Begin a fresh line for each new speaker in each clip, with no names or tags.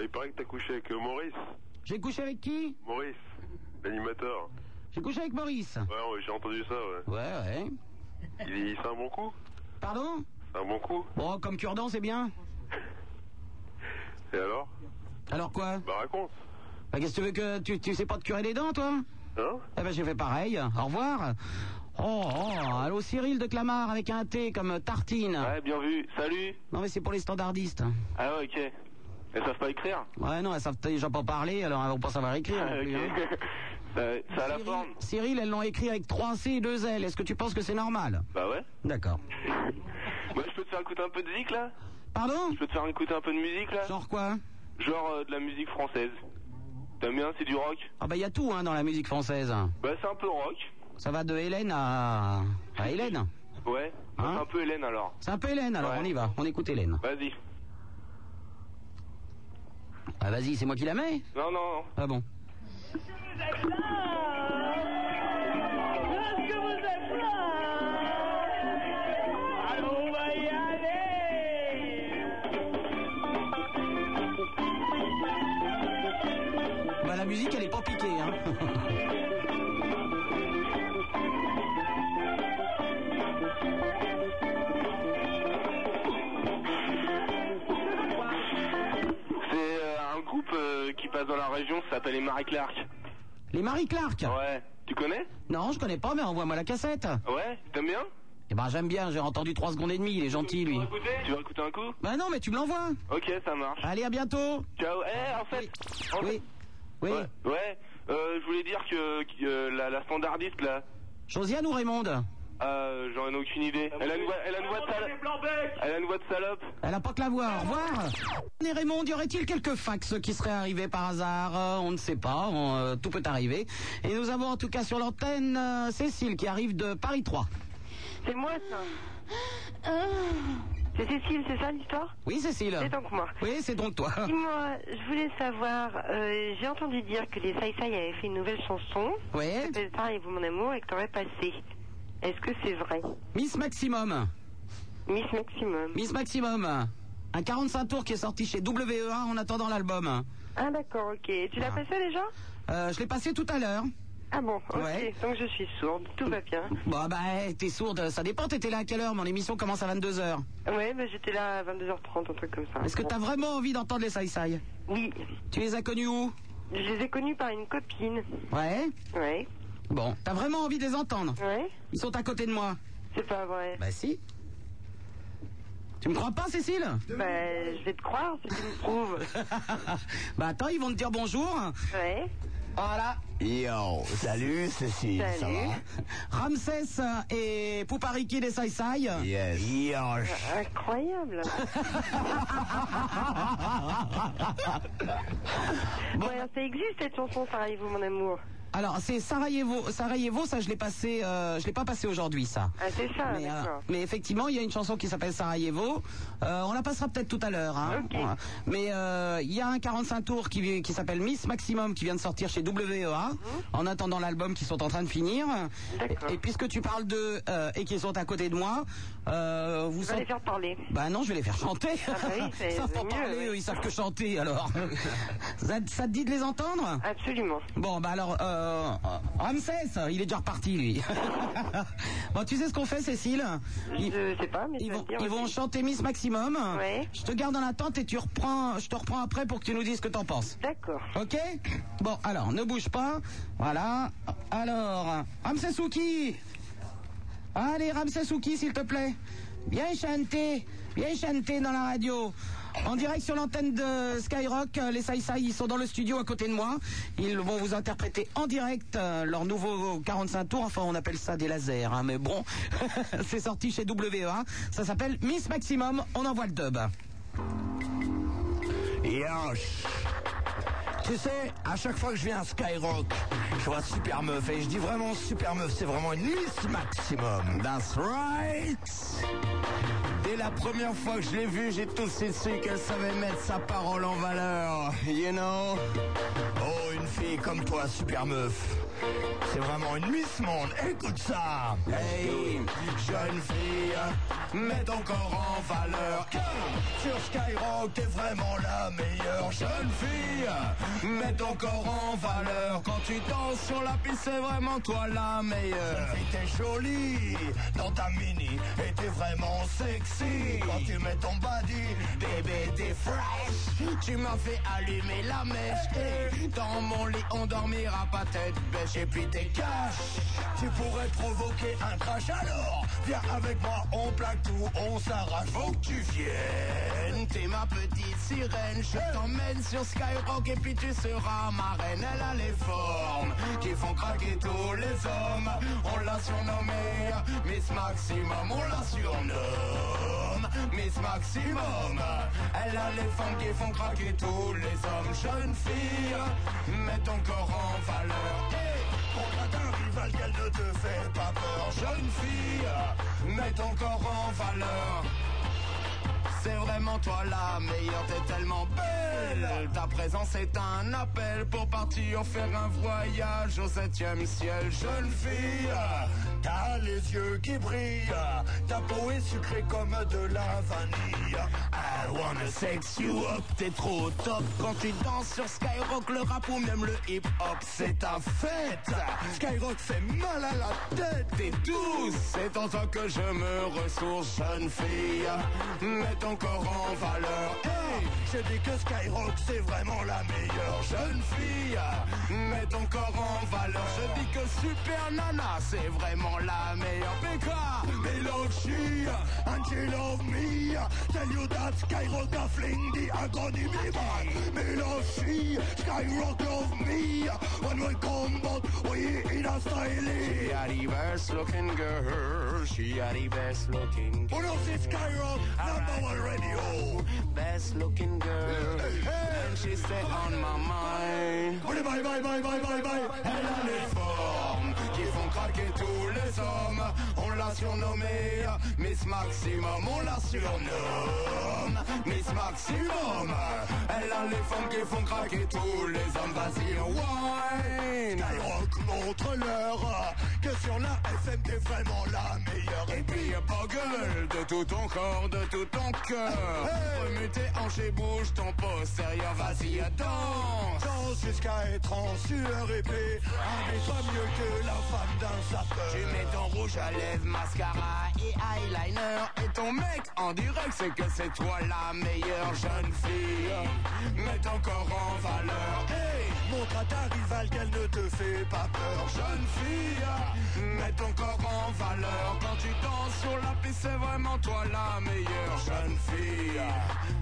il paraît que t'as couché avec euh, Maurice.
J'ai couché avec qui
Maurice, l'animateur.
J'ai couché avec Maurice.
Ouais, ouais, j'ai entendu ça, ouais.
Ah. Ouais, ouais.
Il, il- c'est un bon coup
Pardon
C'est un bon coup
Oh, comme cure-dent, c'est bien.
Et alors
Alors quoi
Bah raconte,
Bah, Qu'est-ce que tu veux que tu, tu sais pas te curer les dents, toi
hein
Eh ben j'ai fait pareil. Au revoir. Oh, oh, allô Cyril de Clamart avec un T comme tartine.
Ouais, bien vu. Salut.
Non mais c'est pour les standardistes.
Ah ouais, ok. Elles savent pas écrire
Ouais non, elles savent déjà pas parler, alors elles vont pas savoir écrire.
Ah,
non plus, hein.
ok. ça, ça a la forme.
Cyril, elles l'ont écrit avec 3 C et 2 L. Est-ce que tu penses que c'est normal
Bah ouais.
D'accord.
Moi, je peux te faire écouter un peu de musique là
Pardon
Je peux te faire écouter un peu de musique là
Genre quoi
Genre euh, de la musique française. T'aimes bien, c'est du rock
Ah bah il y a tout hein, dans la musique française.
Bah c'est un peu rock.
Ça va de Hélène à, à Hélène.
Ouais. Bah,
Hein
c'est un peu Hélène alors.
C'est un peu Hélène, alors
Ouais.
on y va. On écoute Hélène.
Vas-y.
Ah vas-y, c'est moi qui la mets
Non, non, non.
Ah bon.
Est-ce que vous êtes là Allons, on va y aller
Bah la musique elle est pas piquée hein.
C'est euh, un groupe euh, qui passe dans la région, ça s'appelle les Marie Clark.
Les Marie Clark
Ouais. Tu connais
Non, je connais pas, mais envoie-moi la cassette.
Ouais. T'aimes bien
Eh ben, j'aime bien, j'ai entendu 3 secondes et demie, il est gentil, lui.
Tu veux écouter un coup
Bah non, mais tu me l'envoies.
Ok, ça marche.
Allez, à bientôt.
Ciao. Eh, en fait.
Oui.
en
Oui.
fait-
Oui.
Ouais. ouais. Euh, je voulais dire que, que, euh, la, la standardiste là,
Josiane ou Raymonde
euh, j'en ai aucune idée. Elle a une voix, elle a une voix de salope. Elle a une voix de salope.
Elle a pas que la voix, au revoir. Et Raymond, y aurait-il quelques fax qui seraient arrivés par hasard Euh, On ne sait pas, on, euh, tout peut arriver. Et nous avons en tout cas sur l'antenne euh, Cécile qui arrive de Paris 3.
C'est moi ça. C'est Cécile, c'est ça l'histoire
Oui, Cécile
C'est donc moi.
Oui, c'est donc toi.
Dis-moi, je voulais savoir, euh, j'ai entendu dire que les Sai Sai avaient fait une nouvelle chanson,
Oui,
s'appelle Pareil vous mon amour, et que t'aurais passé. Est-ce que c'est vrai
Miss Maximum.
Miss Maximum.
Miss Maximum. Un 45 tours qui est sorti chez WE1 en attendant l'album.
Ah d'accord, ok. Tu l'as passé déjà
Euh, je l'ai passé tout à l'heure.
Ah bon, ok.
Ouais.
Donc je suis sourde, tout va bien.
Bon, bah, eh, t'es sourde, ça dépend, t'étais là à quelle heure Mon émission commence à 22h.
Ouais, mais j'étais là à 22h30, un truc comme ça.
Est-ce que t'as vraiment envie d'entendre les Saïsaï
Oui.
Tu les as connus où
Je les ai connus par une copine.
Ouais.
Ouais.
Bon, t'as vraiment envie de les entendre
Ouais.
Ils sont à côté de moi.
C'est pas vrai.
Bah, si. Tu me crois pas, Cécile
Bah, je vais te croire si tu me prouves.
Bah, attends, ils vont te dire bonjour.
Ouais.
Voilà.
Yo, salut Cécile, ça
Salut.
va
Ramsès et Poupariki des Saïsaï.
Yes. Yo, ch-
Incroyable. Ouais, ça existe cette chanson, Parlez-vous mon amour.
Alors, c'est Sarajevo. Sarajevo, ça, je l'ai passé, euh, je l'ai pas passé aujourd'hui, ça.
Ah, c'est ça,
Mais, euh,
d'accord.
mais effectivement, il y a une chanson qui s'appelle Sarajevo. Euh, on la passera peut-être tout à l'heure. hein.
Ok.
Ouais. Mais euh, il y a un 45 tours qui, qui s'appelle Miss Maximum qui vient de sortir chez WEA en attendant l'album qu'ils sont en train de finir.
Mhm. D'accord.
Et, et puisque tu parles d'eux euh, et qu'ils sont à côté de moi, euh, vous
Je vais
sentez-
les faire parler.
bah non, je vais les faire chanter.
Ah bah oui, c'est-
ils savent pas
c'est mieux,
parler,
oui.
eux, ils savent que chanter alors. ça, ça te dit de les entendre
Absolument.
Bon, bah alors, euh, Ramsès, il est déjà reparti, lui. bon, tu sais ce qu'on fait, Cécile Ils-
Je sais pas, mais
ils
ça
vont,
veut dire
ils vont
aussi.
chanter Miss Maximum.
Ouais.
Je te garde en attente et tu reprends, je te reprends après pour que tu nous dises ce que t'en penses.
D'accord.
Ok Bon, alors, ne bouge pas. Voilà. Alors, Ramsesouki Allez, Ramsesouki, s'il te plaît. Viens chanter. Viens chanter dans la radio. En direct sur l'antenne de Skyrock, euh, les Sai Sai, ils sont dans le studio à côté de moi. Ils vont vous interpréter en direct euh, leur nouveau 45 tours. Enfin, on appelle ça des lasers, hein, mais bon. C'est sorti chez WEA. Ça s'appelle Miss Maximum. On envoie le dub.
yo, ch- Tu sais, à chaque fois que je viens à Skyrock, je vois super meuf et je dis vraiment super meuf, c'est vraiment une Miss Maximum. That's right. Dès la première fois que je l'ai vue, j'ai tout de suite su qu'elle savait mettre sa parole en valeur. You know Oh, une une fille comme toi, super meuf. C'est vraiment une Miss Monde. Écoute ça. Hey, jeune fille, mets ton corps en valeur. Car sur Skyrock, t'es vraiment la meilleure jeune fille. Mets ton corps en valeur. Quand tu danses sur la piste, c'est vraiment toi la meilleure. Jeune fille, t'es jolie dans ta mini et t'es vraiment sexy. Quand tu mets ton body, bébé, t'es fresh. Tu m'as fait allumer la mèche. Et dans mon lit, on dormira pas tête bêche. Et puis t'es cash. Tu pourrais provoquer un crash alors. Viens avec moi, on plaque tout, on s'arrache. Faut que tu viennes. T'es ma petite sirène. Je t'emmène sur Skyrock et puis tu seras ma reine. Elle a les formes qui font craquer tous les hommes. On l'a surnommée Miss Maximum. On la surnomme Miss Maximum. Elle a les formes qui font craquer tous les hommes. Jeune fille, mets ton corps en valeur. Hey pour gratter un rival qu'elle ne te fait pas peur Jeune fille, mets ton corps en valeur c'est vraiment toi la meilleure, t'es tellement belle Ta présence est un appel pour partir faire un voyage au septième ciel Jeune fille, t'as les yeux qui brillent Ta peau est sucrée comme de la vanille I wanna sex you up, t'es trop au top Quand tu danses sur Skyrock, le rap ou même le hip-hop, c'est ta fête Skyrock fait mal à la tête et tous C'est en toi que je me ressource, jeune fille Mets ton corps en valeur Hey, je dis que Skyrock c'est vraiment la meilleure Jeune fille, mets ton corps en valeur Je dis que Super Nana c'est vraiment la meilleure PK, Melody, and you love me Tell you that Skyrock a fling the agony me man Melody, Skyrock love me When we come but we in a styling She are the best looking girl She are the best looking girl Skyrock, number one radio Best looking girl And she stay on my mind Allez bye bye bye bye bye bye Elle a les formes qui font craquer tous les hommes On l'a surnommée Miss Maximum On la surnomme Miss Maximum Elle a les formes qui font craquer tous les hommes Vas-y wine Skyrock montre-leur Que sur la FM t'es vraiment la meilleure Et puis bugle de tout ton corps, de tout ton cœur Remue tes hanches et bouge ton postérieur Vas-y danse Danse jusqu'à être en sueur épée Un pas mieux que la femme d'un sapeur Tu mets ton rouge à lèvres, mascara et eyeliner Et ton mec en direct c'est que c'est toi la meilleure jeune fille Mets ton corps en valeur Hey Montre à ta rivale qu'elle ne te fait pas peur Jeune fille, mets ton corps en valeur Quand tu danses sur la piste, c'est vraiment toi la meilleure Jeune fille,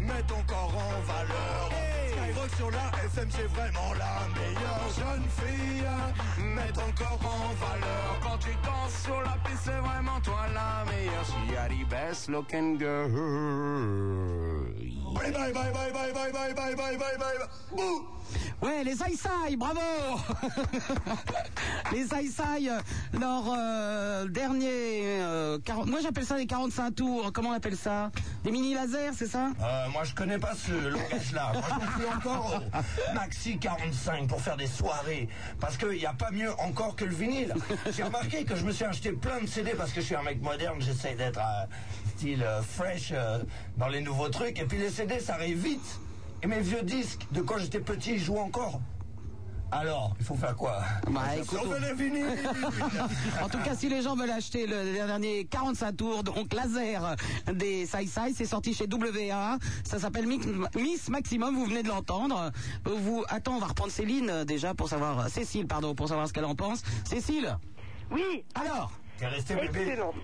mets ton corps en valeur Skyrock sur la FM, c'est vraiment la meilleure Jeune fille, mets ton corps en valeur Quand tu danses sur la piste, c'est vraiment toi la meilleure She are the best looking girl Bye bye bye bye bye bye bye bye bye bye bye Bouh
Ouais, les Aïsaï, bravo Les Aïsaï, leur euh, dernier... euh, 40 Moi j'appelle ça les 45 tours, comment on appelle ça Des mini-lasers, c'est ça
Euh, moi, je connais pas ce langage-là. Moi, je suis encore au Maxi 45 pour faire des soirées. Parce qu'il n'y a pas mieux encore que le vinyle. J'ai remarqué que je me suis acheté plein de CD parce que je suis un mec moderne. J'essaie d'être euh, style euh, fresh euh, dans les nouveaux trucs. Et puis, les CD, ça arrive vite. Et mes vieux disques de quand j'étais petit, ils jouent encore. Alors, il faut faire quoi
Bah,
Je
écoute,
sauve le vinyle.
En tout cas, si les gens veulent acheter le dernier 45 tours, donc laser des Sai Sai, c'est sorti chez WA. Ça s'appelle Mix- Miss Maximum, vous venez de l'entendre. Vous, attends, on va reprendre Céline euh, déjà pour savoir, Cécile, pardon, pour savoir ce qu'elle en pense. Cécile,
Oui,
alors,
T'es resté bébé.
excellent.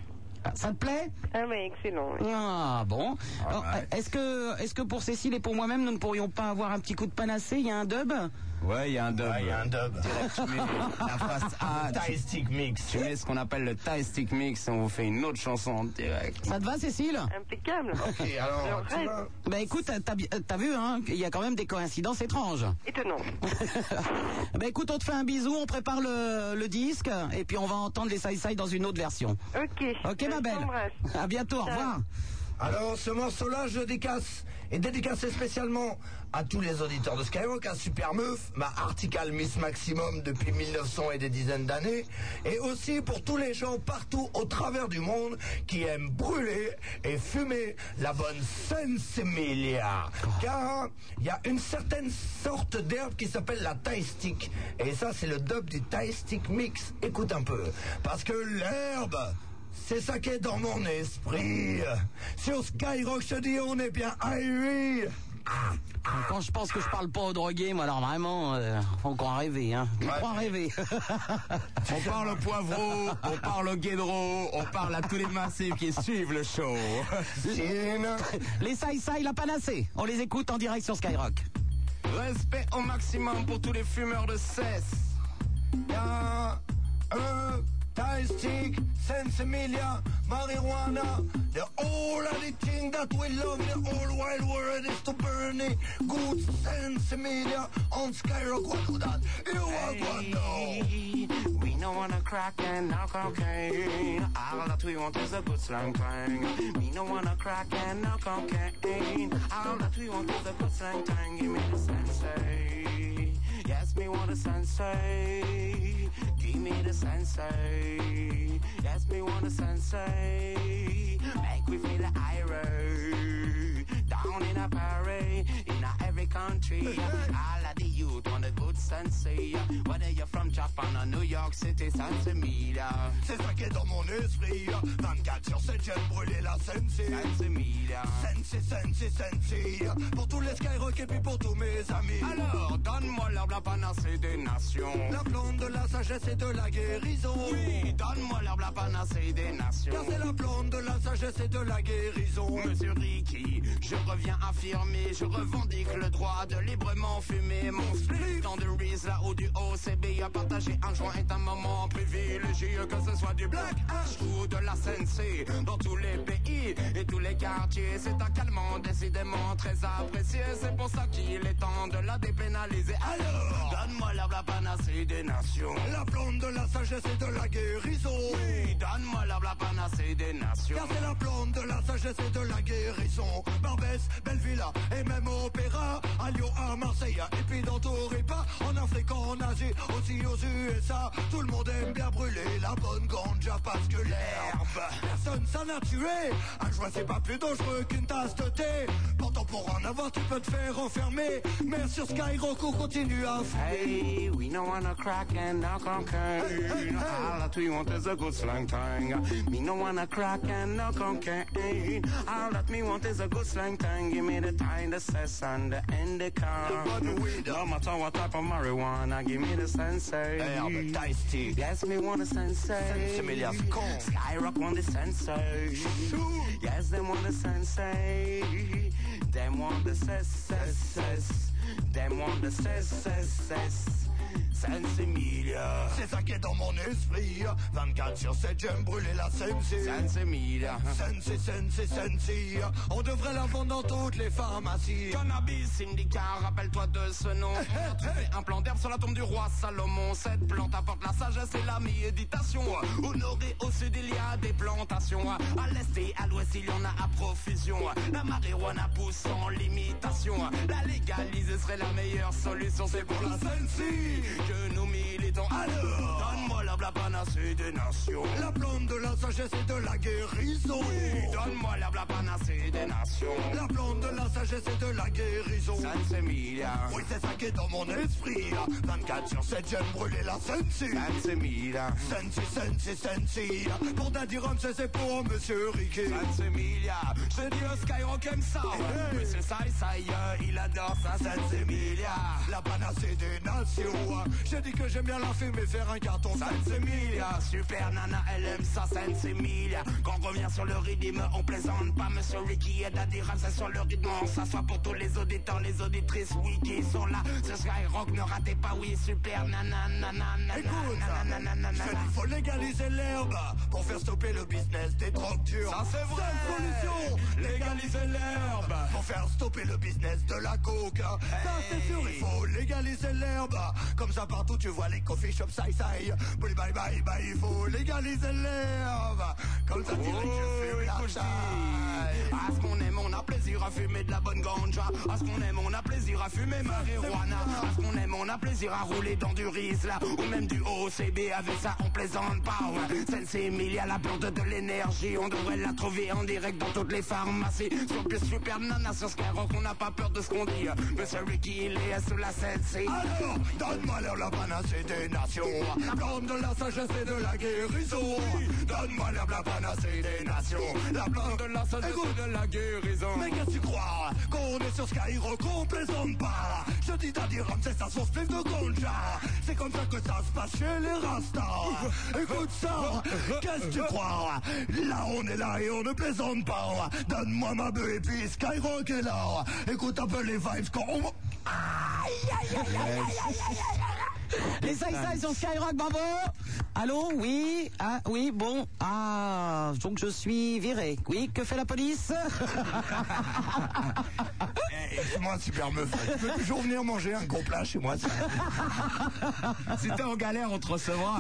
ça te plaît
Ah oui, excellent. oui.
Ah bon. Alors,
ouais.
Est-ce que, est-ce que pour Cécile et pour moi-même, nous ne pourrions pas avoir un petit coup de panacée Il y a un dub
Ouais, il y a un dub.
Ah, il y a un dub.
Tu mets la face
Ah,
A, Ah, tu,
Tie stick mix.
tu mets ce qu'on appelle le Thai Stick Mix et on vous fait une autre chanson en direct.
Ça te va, Cécile
Impeccable.
Et alors,
Alors,
tu
rêve.
vois,
Ben écoute, t'as bi- t'as vu, hein, il y a quand même des coïncidences étranges.
Étonnant.
Ben écoute, on te fait un bisou, on prépare le, le disque et puis on va entendre les Sai Sai dans une autre version.
Ok.
Ok
je
ma belle.
t'embrasse.
À bientôt, au
Ciao.
revoir.
Alors, ce morceau-là, je le dédicace. Et dédicacé spécialement à tous les auditeurs de Skyrock, à Super Meuf, ma article Miss Maximum depuis 1900 et des dizaines d'années. Et aussi pour tous les gens partout au travers du monde qui aiment brûler et fumer la bonne sensimilia. Car il y a une certaine sorte d'herbe qui s'appelle la Thai Stick. Et ça, c'est le dub du Thai Stick Mix. Écoute un peu. Parce que l'herbe, c'est ça qui est dans mon esprit. Sur Skyrock, je dis, on est bien ahuis.
Quand je pense que je parle pas aux drogués, moi alors vraiment, euh, on croit rêver, hein. On
Ouais.
croit rêver.
On parle au poivreau, on parle au guédreau, on parle à tous les massifs qui suivent le show.
Sin.
les Sai Sai, la panacée. On les écoute en direct sur Skyrock.
Respect au maximum pour tous les fumeurs de cesse.
Ya, euh, Thai stick, sensimilia, marijuana. The all of the thing that we love, the whole wide world is to burn it. Good sensimilia on Skyrock, what do that? You are one know.
We know wanna crack and now cocaine. All that we want is a good slang twang. We know wanna crack and now cocaine. All that we want is a good slang twang. Give me the sensei. Yes, me want a sensei. Give me the sensei. Yes, me want a sensei. Make we feel the irony. Down in a parade, in a every country. All of the youth want a good sensei. Whether you're from Japan or New York City, Sensimilia.
C'est ça qui est dans mon esprit. 24 sur 7, j'aime brûler la sensi.
Sensimilia.
Sensi, sensi, sensi. Pour tous les Skyrock et puis pour tous mes amis.
Alors, donne-moi l'herbe, la panacée des nations.
La plante de la sagesse et de la guérison.
Oui, donne-moi l'herbe, la panacée des
Car
nations.
c'est la plante de la sagesse et de la guérison.
Monsieur Ricky, je reviens affirmer, je revendique le droit de librement fumer mon split. Dans de Reese, là haut du OCB, à partager un joint est un moment privilégié, euh, que ce soit du black ash ou de la sensei. Dans tous les pays et tous les quartiers, c'est un calmant décidément très apprécié. C'est pour ça qu'il est temps de la dépénaliser. Alors, donne-moi l'herbe, la panacée des nations.
La plante de la sagesse et de la guérison.
Oui, donne-moi l'herbe, la panacée des nations.
Car c'est la plante de la sagesse et de la guérison. Barbès, Bellevilla et même Opéra. À Lyon, à Marseille et puis dans Toripa. En Afrique, en Asie, aussi aux USA. Tout le monde aime bien brûler la bonne ganja parce que l'herbe. Personne s'en a tué. Un joint, c'est pas plus dangereux qu'une tasse de thé. Pourtant, pour en avoir, tu peux te faire enfermer. Mais sur Skyrock, on continue à faire.
Hey, we don't wanna crack and now cocaine.
Hey, hey, hey.
All that we want is a good slang tang. Me no wanna crack and now cocaine. All that me want is a good slang tang. Give me the time, the cess, and the end the
bud
con.
weed.
No matter what type of marijuana, give me the sensei.
tasty.
Yes, me want a sensei.
Sensimilia, con.
Skyrock want the sensei. Yes, them want the sensei. Them want the ses, ses, ses. Them want the ses, ses, ses. Sensimilia.
C'est ça qui est dans mon esprit. 24 sur 7, j'aime brûler la sensi.
Sensimilia.
Sensi, sensi, sensi. hein. On devrait la vendre dans toutes les pharmacies.
Cannabis syndicat, rappelle-toi de ce nom. On a trouvé un plan d'herbe sur la tombe du roi Salomon. Cette plante apporte la sagesse et la méditation. Au nord et au sud, il y a des plantations. À l'est et à l'ouest, il y en a à profusion. La marijuana pousse sans limitation. La légaliser serait la meilleure solution. C'est pour la sensi que nous militons. Alors, donne-moi la blapanacée des nations.
La plante de la sagesse et de la guérison.
Donne-moi la blapanacée des nations.
La plante de la sagesse et de la guérison.
Sensemilia,
Oui, c'est ça qui est dans mon esprit. 24 sur 7, j'aime brûler la sensi.
Sensemilia.
Sensi, sensi, sensi. Pour Daddy Ramsey, c'est pour Monsieur Ricky.
Sensemilia, je dis au Skyrock aime ça.
Hey.
Monsieur Sai Sai, euh, il adore ça, Sensemilia.
La panacée des nations. hein. J'ai dit que j'aime bien la fumer, faire un carton.
Sensemilia, super nana, elle aime ça, Sensemilia. Quand on revient sur le rythme, on plaisante pas, Monsieur Ricky aide à dire ça sur le rythme. On s'assoit pour tous les auditeurs, les auditrices, oui, qui sont là. Sur Skyrock, ne ratez pas, oui, super nana, nana, nana,
Écoute,
nana, nana,
je dis,
nana.
faut légaliser l'herbe pour faire stopper le business des drogues dures.
Ça, c'est vrai.
Seule solution, légaliser l'herbe pour faire stopper le business de la coke. Ça, c'est sûr, il faut légaliser l'herbe. Comme ça, partout, tu vois les coffee shops, ça, ça. Bye, bye, bye, bye, il faut légaliser l'herbe. Comme ça, tu vois que je fume la chaille. À ce qu'on aime, on a plaisir à fumer de la bonne ganja. À ce qu'on aime, on a plaisir à fumer marijuana. À ce qu'on aime, on a plaisir à rouler dans du riz, là. Ou même du OCB, avec ça, on plaisante pas. ouais. Celle-ci, Emilia, la plante de l'énergie. On devrait la trouver en direct dans toutes les pharmacies. Sur plus super nana, sur Skyrock, on n'a pas peur de ce qu'on dit. euh. Monsieur Ricky, il est sous la scène, Alors, donne-moi l'heure, la panacée des nations. Plante de la sagesse et de la guérison. Donne-moi l'herbe, la panacée des nations. La plante de la sagesse et de la guérison. Mais qu'est-ce que tu crois Qu'on est sur Skyrock, on plaisante pas. Je dis d'Adiram, c'est sa source plus de ganja. C'est comme ça que ça se passe chez les Rastas. Écoute ça, qu'est-ce que tu crois Là, on est là et on ne plaisante pas. Donne-moi ma bœuf et puis Skyrock est là. Écoute un peu les vibes quand on...
Les Sai Sai sur Skyrock, bravo Allô, oui, ah, oui, bon, ah, donc je suis viré. Oui, que fait la police
Eh, c'est moi, super meuf. Tu peux toujours venir manger un gros plat chez moi. Si t'es en galère, on te recevra.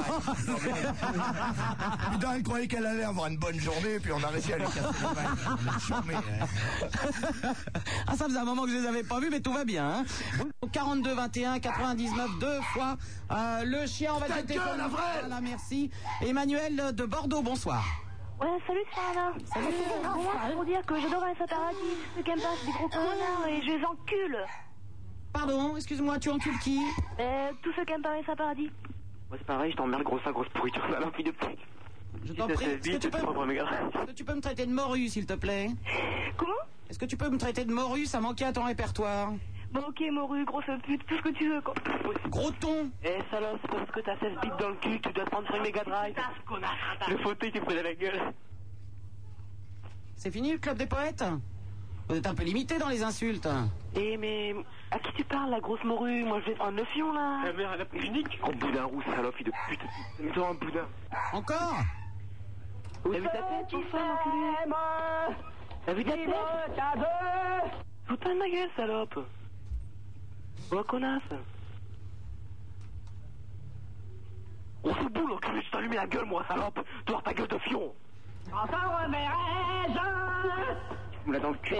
Putain, elle croyait qu'elle allait avoir une bonne journée, puis on a réussi à lui casser le bras. On est charmés, hein.
Ah, ça faisait un moment que je les avais pas vus, mais tout va bien. Hein. Oui, au 42, 21, 99, deux fois. euh, le chien, on va
Ta
jeter
gueule,
comme-
Avril
Voilà, merci. Emmanuel euh, de Bordeaux, bonsoir.
Ouais, salut Sarah. Salut. Rien pour dire que j'adore Alpha Paradis. Le Game Pass, des gros connards et je les encule.
Pardon, excuse-moi, tu encules qui
Euh, tous ceux qui aiment pas Alpha Paradis.
Moi, c'est pareil, je t'emmerde, grosse ça, grosse pourriture, ça, l'envie de pute.
Je t'en prie, est-ce que, tu peux...
T'as
est-ce que Euh, tu peux me traiter de morue, s'il te plaît
Comment
Est-ce que tu peux me traiter de morue Ça manquait à ton répertoire.
Bon, ok, morue, grosse pute, tout ce que tu veux, quoi.
Gros ton
Eh salope, c'est parce que t'as 16 bits dans le cul, tu dois te prendre sur une méga drive. Le fauteuil qui prenait la gueule.
C'est fini le club des poètes Vous êtes un peu limité dans les insultes.
Eh mais à qui tu parles la grosse morue Moi je vais prendre le fion là.
Ta mère, elle a pris clinique. En boudin roux, salope, il de pute. Mets-toi un boudin.
Encore
T'as vu ta tête, ton femme enculé T'as vu ta tête Putain de ma gueule, salope Oh, connasse
On se boule, enculé, je t'allume la gueule, moi, salope. Toi, ta gueule de fion. Tu me l'as dans le cul.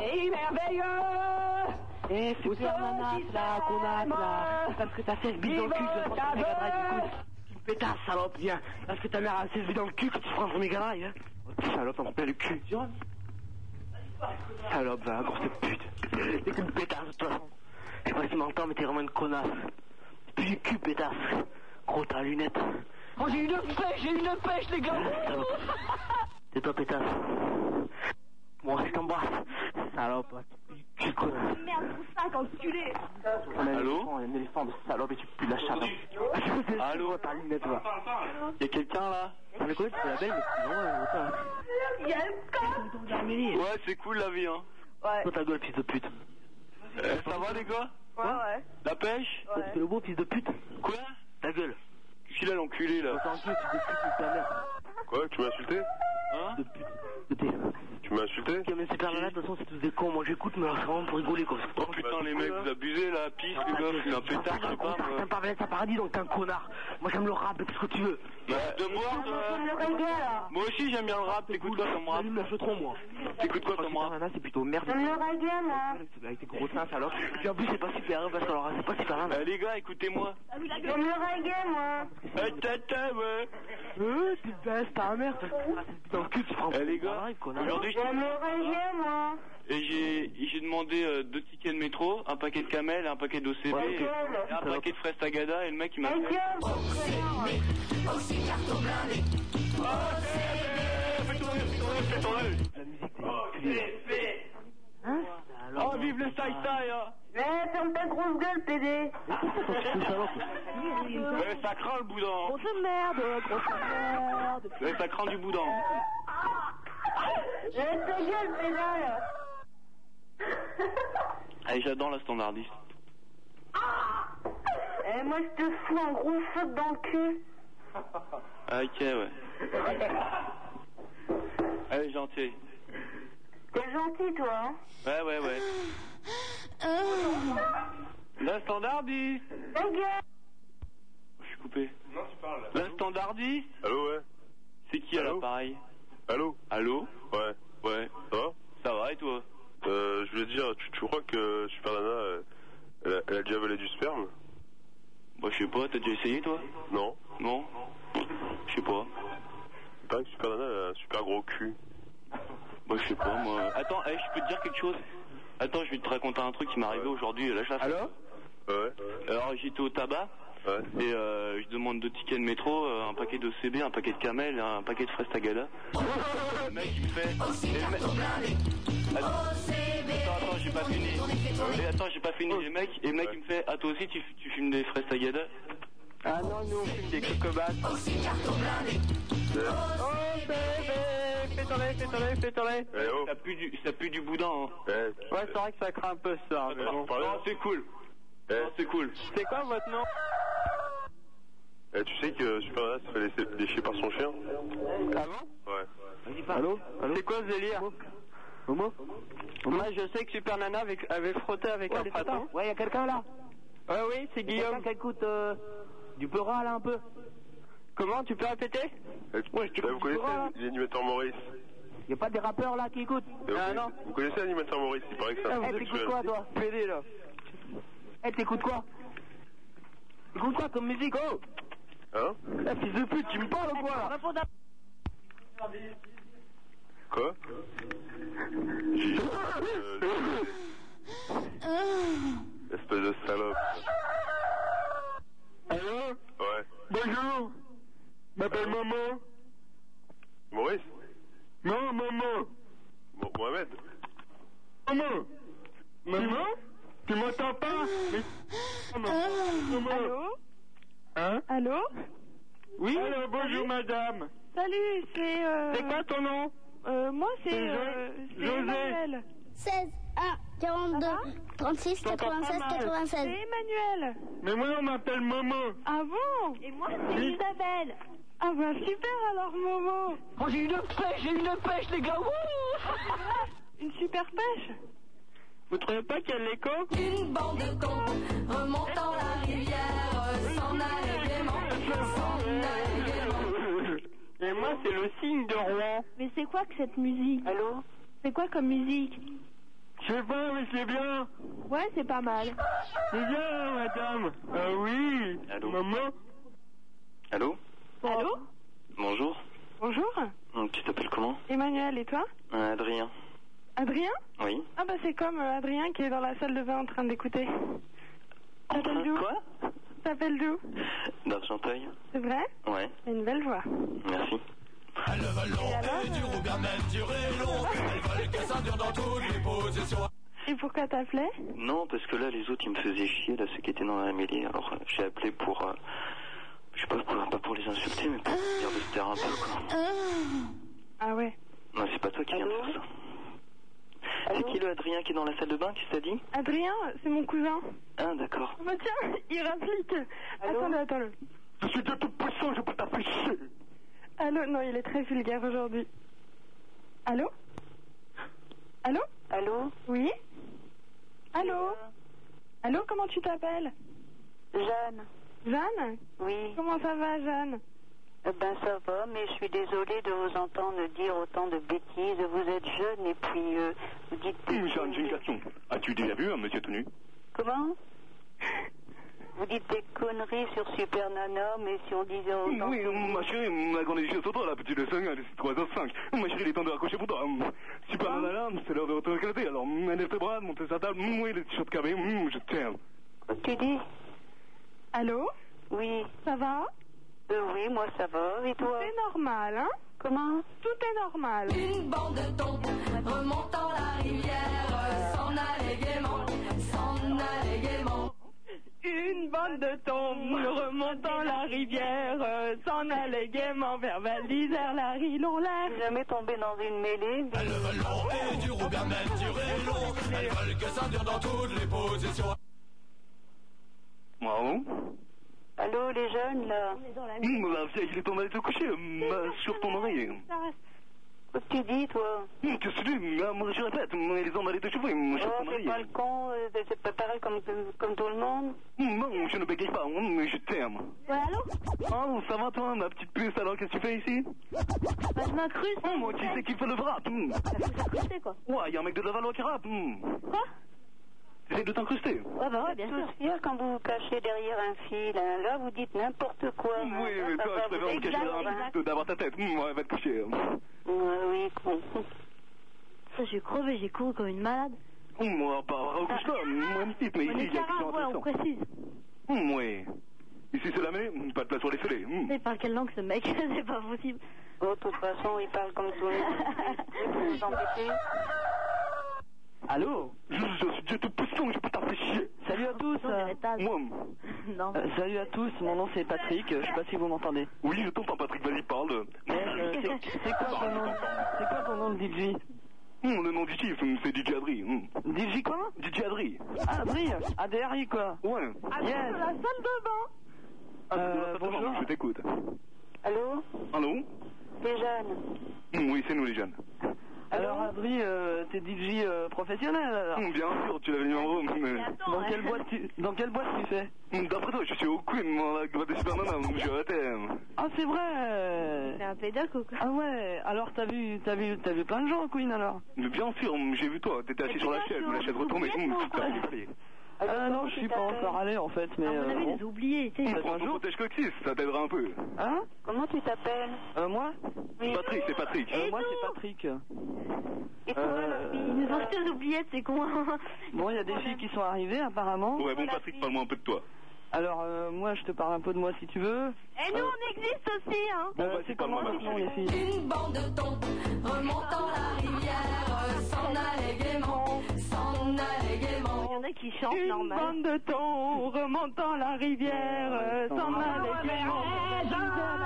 Eh, super nana, là, connasse là C'est Parce que t'as 16 bits dans le cul, tu vas prendre ton méga drive du coup
Tu me pétasses, salope, viens. Parce que ta mère a 16 bits dans le cul que tu te prends sur méga drive. Hein. Oh, salope, on me plein le cul. Salope, va, grosse pute. T'es qu'une pétasse, de toute façon. Je sais pas si tu m'entends, mais t'es vraiment une connasse. Puis du cul, pétasse. Gros, t'as la lunette.
Oh, j'ai une pêche, j'ai une pêche, les gars
Salope. Tais-toi, pétasse. Moi aussi, je t'embrasse. Salope, va, tu pues du cul, connasse.
Merde, tout ça, enculé.
On a un
Allô
éléphant, un éléphant de salope et tu pues la chatte. Allô, ta lunette, va. Y'a quelqu'un là Ça me connaît, c'est la belle, mais euh, c'est vraiment un retard.
Il y a le con.
Amélie,
Ouais, c'est cool la vie, hein.
toi ta gueule, fils de pute.
Euh, ça va, les gars
Ouais, ouais.
La pêche
Toi, tu fais le beau, fils de pute.
Quoi
Ta gueule.
Qui l'a l'enculé,
Toi,
là
t'es en cul, fils de pute, fils de ta mère.
Quoi Tu m'as insulté Hein
De pute. De tes.
Tu m'as insulté
Ok, mais c'est pas malade, de toute façon, c'est tous des cons. Moi, j'écoute, mais alors, c'est vraiment pour rigoler, quoi.
Oh putain, les mecs, vous abusez, là, pisse, les gars, c'est un pétard, je sais pas,
T'es un
moi.
parvenu à paradis, donc t'es un connard. Moi, j'aime le rap, tout ce que tu veux.
Bah, de boire, toi Moi aussi, j'aime bien le rap, t'écoutes quoi comme rap
Allume le chaudron, moi.
T'écoutes quoi
Quand
comme
tu parles
rap
Oh, nana, c'est plutôt merde. Avec tes gros seins, salope. Puis en plus, c'est pas super, hein, parce que alors, c'est pas super nana.
Eh, les gars, écoutez-moi.
Ah
Eh, tata, ouais.
Euh, tu te baisses ta mère, parce que c'est le dans le cul, tu prends.
Eh, les gars,
Arrive, connard.
aujourd'hui, je- et j'ai j'ai demandé euh, deux tickets de métro, un paquet de camel, un paquet d'OCB,
Ouais.
et un paquet de fraises tagada, et le mec, il m'a fait...
Oh, Oh,
La musique, t'es enculé. Salope.
Oh, vive le Sai-Sai, hein
Tout salope.
Ouais, Eh, ça craint le boudin
Grosse merde, euh, grosse
Ah,
merde.
Ouais, ça craint du boudin Allez, Ah, j'adore la standardiste.
Ah Eh, moi je te fous un gros saut dans le cul.
Ah, ok, ouais. Ah, Elle est gentille.
T'es gentil toi. hein.
Ah.
Ouais, ouais, ouais. La standardie Je suis coupé.
Non, tu parles là.
La standardie
Allô, ouais
C'est qui à l'appareil
Allô
Allô
Ouais.
Ouais.
Ça va
Ça va et toi
Euh, je voulais te dire, tu, tu crois que Super Nana, euh, elle a, elle a déjà volé du sperme
Bah, je sais pas, t'as déjà essayé toi
Non.
Non Je sais pas.
Il paraît que Super Nana, elle a un super gros cul.
Bah, je sais pas, moi. Attends, eh, je peux te dire quelque chose Attends, je vais te raconter un truc qui m'est arrivé aujourd'hui. Là, je la Allô
Ouais.
Alors, j'étais au tabac. Et euh, je demande deux tickets de métro, euh, un paquet de CB, un paquet de camel, un paquet de fraises tagada. Le mec il me fait. et le mec- Attends, attends, j'ai pas fini. Et attends, j'ai pas fini. Les mecs, et le mec il me fait, ah toi aussi tu, tu fumes des fraises tagada Ah non, nous on fume des cocobates.
Fais-t'en-les, fais-t'en-les, fais-t'en-les.
Eh oh.
Ça pue du, ça pue du boudin. hein.
Ouais, c'est vrai que ça craint un peu ça, mais bon.
Non, c'est cool. Non, c'est cool.
C'est quoi votre nom
Eh, tu sais que Super Nana se fait laisser lécher par son chien
Ah bon
Ouais.
Allô, C'est quoi ce délire Homo Moi je sais que Super Nana avait, avait frotté avec un pratin.
Ouais, y a quelqu'un là
Ouais, oui, c'est Guillaume.
Quelqu'un qui écoute euh, du Peura là un peu
Comment tu peux répéter
Eh, eh, vous connaissez l'animateur Maurice
Y a pas des rappeurs là qui écoutent
Eh, vous
Ah,
connaissez- Vous connaissez l'animateur Maurice Il paraît que c'est
Eh,
un
vous écoutez quoi toi
Pédé là.
Eh, t'écoutes quoi T'écoutes quoi comme musique, oh
Hein
Eh, fils de pute, tu me parles ou quoi là
Quoi J'ai- euh, Espèce de salope.
Allô
Ouais.
Bonjour M'appelle Maman
Maurice
Non, Maman
Mo- Mohamed
Maman Maman Tu m'entends pas
Allô
Hein
Allô
Oui Allô, bonjour madame
Salut, c'est... euh,
C'est quoi ton nom
euh, Moi, c'est...
C'est Jo-
euh, c'est
José.
Emmanuel.
16 1 42 36 96
C'est
96.
Emmanuel.
Mais moi on m'appelle Momo
Ah bon Et moi, c'est Isabelle. Ah bah super alors, Momo.
Oh, j'ai une pêche, j'ai une pêche, les gars
Une super pêche
Vous trouvez pas qu'elle est con
Une bande de cons remontant la rivière s'en allait gaiement, s'en allait gaiement.
Et moi c'est le signe de Rouen
Mais c'est quoi que cette musique
Allô
C'est quoi comme musique
Je sais pas mais c'est bien
Ouais, c'est pas mal.
C'est bien hein, madame Ah oui
Allô
Maman
Allô
Allô
Bonjour.
Bonjour
Hum, Tu t'appelles comment
Emmanuel, et toi
Euh, Adrien.
Adrien
Oui.
Ah bah c'est comme euh, Adrien qui est dans la salle de bain en train d'écouter. T'appelles d'où
Quoi
T'appelles d'où
D'Argenteuil
C'est vrai
Ouais,
T'as une belle voix.
merci.
Le ballon est dur ou bien même dur et long. Elles veulent que ça dure dans toutes les positions.
Et pourquoi t'appelais
Non, parce que là, les autres, ils me faisaient chier, là, ceux qui étaient dans la mêlée. Alors, euh, j'ai appelé pour. euh, je sais pas, pour- pas pour les insulter, mais pour dire de se taire un peu, quoi.
Ah ouais.
Non, c'est pas toi qui viens de faire ça. C'est qui le Adrien qui est dans la salle de bain, qu'est-ce que t'as dit
Adrien, c'est mon cousin.
Ah, d'accord.
Ah bah tiens, il réplique. Attends, attends.
Je suis de toute façon, je peux t'appeler
Allô Non, il est très vulgaire aujourd'hui. Allô Allô
Allô
Oui Allô Allô, comment tu t'appelles
Euh. Jeanne,
Jeanne
oui,
Comment ça va, Jeanne
eh ben ça va, mais je suis désolée de vous entendre dire autant de bêtises. Vous êtes jeune et puis euh, vous dites.
Jeanne, j'ai une question. As-tu déjà vu un monsieur tout nu
Comment Vous dites des conneries sur Super Nana, mais si on disait autant.
Oui, ma chérie, ma grande est pour toi, la petite de 5, elle est 3h05. Ma chérie, il est temps de raccrocher pour toi. Super
Ah.
nana, là, c'est l'heure de retourner éclater. Alors, mm, lève tes bras, monte sa table, oui, les t-shirts carrés, mm, je t'aime.
Tu dis
Allô
Oui.
Ça va
Euh, oui, moi ça va. Et toi
C'est normal, hein
Comment
Tout est normal.
Une bande de tons remontant la rivière s'en allait gaiement, s'en allait gaiement.
Une bande de tombes remontant la rivière
euh,
s'en allait gaiement vers Val d'Isère, la Rilon, l'air.
Jamais tombé dans une mêlée. mais-
Le ballon est dur ou bien même dur et long. Elles veulent que ça dure dans toutes les positions.
Bravo.
Allô, les jeunes là
Mm, bah, il est temps d'aller te coucher, mm, bah, sur ton oreiller.
Tu dis, toi
Hum, Qu'est-ce que tu dis Hum, Moi, je répète, hum, ils ont mal été cheveux, hum, je suis
Oh,
ton
c'est
mari.
pas le con, euh, c'est pas pareil comme, comme tout le monde.
Hum, Non, je ne bégaye pas, hum, mais je t'aime.
Ouais, allô
Oh, ça va toi, ma petite puce, alors qu'est-ce que tu fais ici
Bah, je m'incruste.
Oh, moi, qui c'est qui fait le rap hum
Incrusté, quoi.
Ouais, y a un mec de Levallois qui rappe. hum.
Quoi
Essaye de t'incruster.
Ah
Ouais, bah, ouais, bien sûr. fiers quand vous vous cachez derrière un fil. hein. Là, vous dites n'importe quoi. hein, Oui,
Ah,
Oui, mais toi, je préfère me cacher derrière un petit d'avoir ta tête. Hum, ouais, va te coucher. hum.
Oui, con.
Ça, j'ai crevé, j'ai couru comme une malade.
Hum, ouais, bah, recouche-toi,
Ah,
hum, moi, une petite, mais
On
ici,
est
il y a quelque
Clara,
chose
ouais, on
d'intéressant.
précise.
Hum, oui. Ici, c'est la mêlée, hum, pas de place pour les fêlés.
Hmm.
hum.
Mais il parle quelle langue ce mec C'est pas possible.
Oh, de toute façon, il parle comme tout le monde. Vous embêtez.
Allô
Je, suis Dieu tout puissant, je peux t'en faire chier.
Salut à tous. Euh,
Non.
salut à tous, mon nom c'est Patrick, euh, je sais pas si vous m'entendez.
Oui, je t'entends, Patrick, vas-y, parle.
Euh, C'est quoi ton nom C'est quoi ton nom de DJ
Hum, le nom du chief, hum, c'est DJ Adri. hum.
DJ quoi
DJ Adri.
Ah, Adri ADRI quoi
Ouais.
Yes.
la salle de bain.
Euh, bonjour. Je t'écoute.
Allô
Allô
Les jeunes.
Hum, Oui, c'est nous les jeunes.
Alors Adri, euh, t'es DJ euh, professionnel alors
Hum, Bien sûr, tu l'avais mis en haut. mais-
Dans quelle boîte tu, dans quelle boîte tu fais
Hum, D'après toi, je suis au Queen, moi, la gloire des Superman, hum, je t'aime.
Ah c'est vrai euh.
C'est un pédoc ou quoi
Ah ouais, alors t'as vu, t'as vu, t'as vu plein de gens au Queen alors
Mais bien sûr, hum, j'ai vu toi, t'étais assis sur la chaise, la chaise retournée. hum, tu t'as gonflé.
Ah non, je suis pas encore allé en fait, mais... euh, bon.
oublié, tu
Hum, Prends ton protège coccyx, ça t'aidera un peu.
Hein
Comment tu t'appelles
Euh, moi
Patrick, c'est Patrick.
Euh, Moi c'est Patrick. Euh,
Ils nous ont tous oubliés, c'est con. hein.
Bon, il y a des filles qui sont arrivées apparemment.
Ouais, bon, Patrick, parle-moi un peu de toi.
Alors, euh, moi, je te parle un peu de moi si tu veux.
Et nous, on existe aussi, hein.
Euh,
bah,
c'est comment votre nom, les filles
Une bande de thon remontant la rivière s'en allait gaiement, s'en allait gaiement.
Il y en a qui chantent
Une
normal.
bande
de thon remontant la rivière
s'en allait gaiement.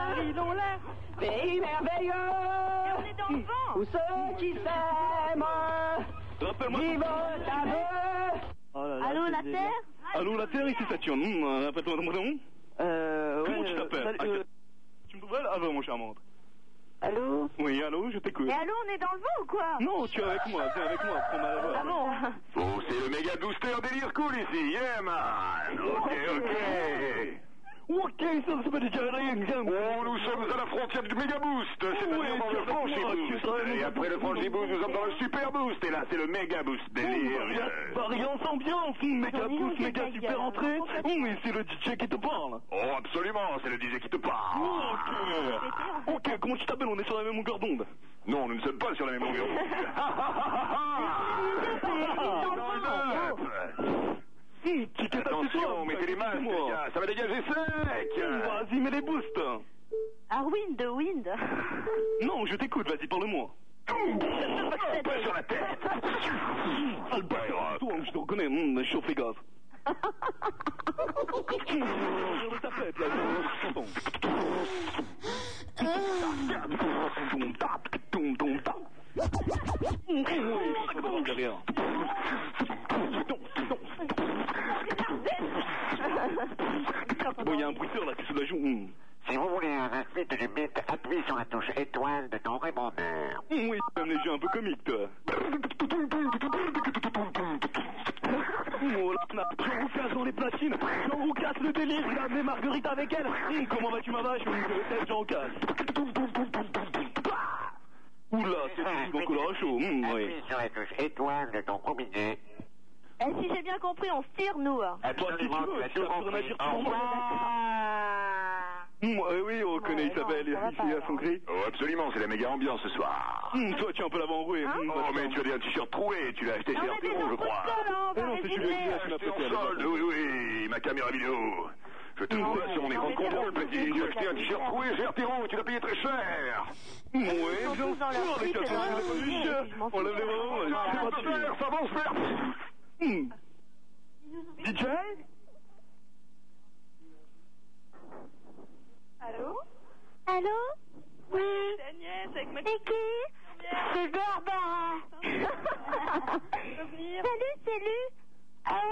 Pays merveilleux Où ceux qui s'aiment
Rappelle-moi.
vivent à deux
Allô, la Terre
Allô, la Terre, ici Saturne. Hum, euh, Rappelle-toi ton prénom
Euh,
Comment
ouais,
tu
euh,
t'appelles
salut, euh,
Tu me trouves avant, mon charmante
Allô
Oui, allô, je t'écoute.
Et allô, on est dans le vent ou quoi
Non, tu es avec moi, viens avec moi, prends ma voix.
Ah bon
Oh, c'est le méga booster délire cool ici, yeah man Ok, ok
Ok, ça ne se peut déjà
Oh, nous sommes à la frontière du méga boost, c'est-à-dire dans le franchi-boost. Et après le franchi-boost, nous sommes dans le super boost, et là, c'est le méga boost délire.
Variance ambiance, hum, méga pouce, méga super entrée. Hum, mais c'est le DJ qui te parle.
Oh, absolument, c'est le DJ qui te parle.
Ok, comment tu t'appelles On est sur la même longueur d'onde.
Non, nous ne sommes pas sur la même longueur.
Ah,
Attention, mettez les masques, les gars, ça va dégager sec.
Vas-y, mets les boosts.
Arwind de Ah, Wind.
Non, je t'écoute, vas-y, parle-moi.
Pas sur la tête.
Albert, toi, je te reconnais, hum, chauffe les gaz. Regarde ta tête, là, je suis content. Derrière. Bon, il y a un bruiteur là qui se la joue. hum.
Si vous voulez un rythme du beat, appuyez sur la touche étoile de ton répondeur.
Hum, Oui, t'as un jeu un peu comique, toi. Oh la snap, Jean Roucas dans les platines, Jean Roucas le délire, il a amené Marguerite avec elle. Hum, comment vas-tu ma vache Je teste Jean Roucas. Oula, c'est fini, donc on chaud. Hum,
hmm,
oui.
Appuyez sur la touche étoile de ton combiné.
Et Eh, si j'ai bien compris, on se tire, nous. hein.
Absolument, tu as tout compris. Au
Hum,
eh
euh, oui, on connaît Isabelle,
ça va
ici à son gris.
Oh, absolument, c'est la méga ambiance ce soir.
Hum, toi, tu es un peu l'avant-roué. Hum,
Oh, mais tu as un t-shirt troué, tu l'as acheté chez Arturo, je crois.
Eh non, c'est celui-là,
Tu l'as
tu l'as
acheté
pété à
en
la
solde, oui, oui, ma caméra vidéo. Je te vois sur mon écran de contrôle, petit. Tu as acheté un t-shirt troué chez Arturo, tu l'as payé très cher.
Ouais, bien sûr,
dans leur
les
suite,
quatre
dans
ans,
leur
les
suite,
quatre ans, on lève les bras, ouais, c'est pas de
faire, ça va se faire.
Hmm,
Hum. DJ
Allô
Allô Oui.
C'est Agnès avec ma
C'est qui C'est Barbara. Salut, c'est Lu. Ah ouais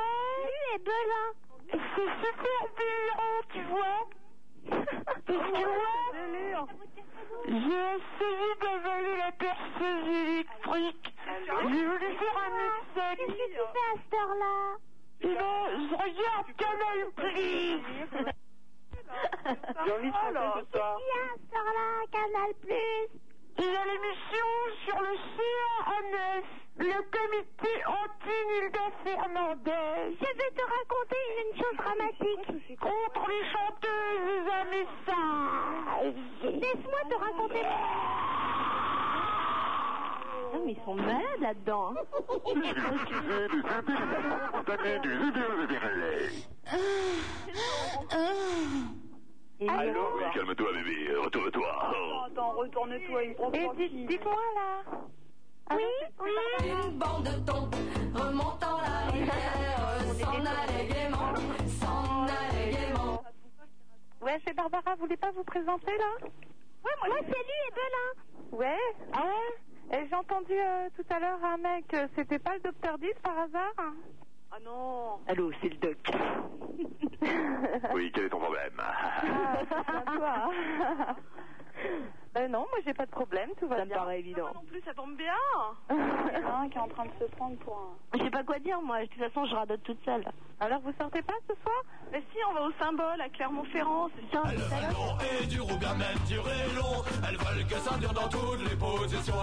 Lu et Belin. C'est super Belin, tu vois Tu vois
J'ai essayé d'avaler la perceuse électrique. J'ai voulu faire un essai. Qu'est-ce que tu fais à cette heure-là Eh ben, je regarde Canal Plus. J'ai envie de chanter ce soir. là Canal Plus. Il y a l'émission sur le CRNS, le comité anti-Nilda Fernandez. Je vais te raconter une chose dramatique. Contre les chanteuses à message. Laisse-moi te raconter.
Non, Ah, mais ils sont malades là-dedans. hein. Ah,
Allô Oui, calme-toi, bébé. euh, Retourne-toi. Oh.
Attends, retourne-toi, il
Eh,
prend Dites-moi là.
Ah,
Oui, oui. Une bande de thon remontant la rivière euh, s'en allait gaiement, s'en allait gaiement.
Ouais, c'est Barbara, vous voulez pas vous présenter là Ouais, moi, c'est lui et Belin. Ouais, ah ouais. Et j'ai entendu euh, tout à l'heure un mec, euh, c'était pas le docteur 10 par hasard
Ah non.
Allô, c'est le doc.
Oui, quel est ton problème
Ah, c'est toi. hein. ben non, moi j'ai pas de problème, tout va bien. Ça me paraît évident.
En plus, ça tombe bien.
Il y en a un qui est en train de se prendre pour un.
Je sais pas quoi dire, moi. De toute façon, je radote toute seule.
Alors, vous sortez pas ce soir
Mais si, on va au symbole à Clermont-Ferrand. C'est
Ah,
ça.
Long et dur ou bien même dur et long. Elles veulent que ça dure dans toutes les positions.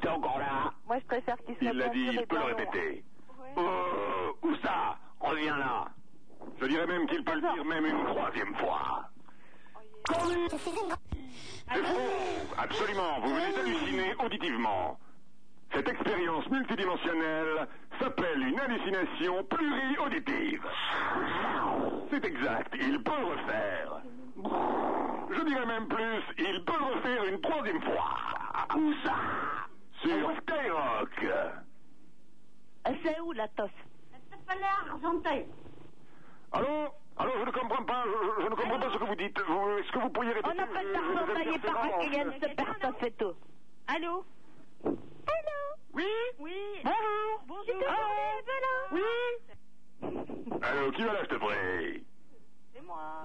T'es encore là
Moi je préfère qu'il
Il l'a dit, il peut le
répéter. Euh,
Oh, où ça Reviens là.
Je dirais même qu'il peut le dire même une troisième fois.
Oh,
C'est faux Absolument, vous venez d'halluciner auditivement. Cette expérience multidimensionnelle s'appelle une hallucination pluri-auditive. C'est exact, il peut le refaire. Je dirais même plus, il peut le refaire une troisième fois. Où ça Sur Skyrock.
Euh, C'est où la tosse Argenteuil.
Allô Allô, je ne comprends pas, je, je- je ne comprends pas ce que vous dites. Vous- Est-ce que vous pourriez répéter
On n'a pas
Je-
de
je- je-
d'argent
je-
taillé
je-
par
je-
Akelian, c'est partant fait tout. Allô Allô
Oui Ah,
Oui Bonjour Bonjour
Oui
Allô, Euh, qui va là, je te prie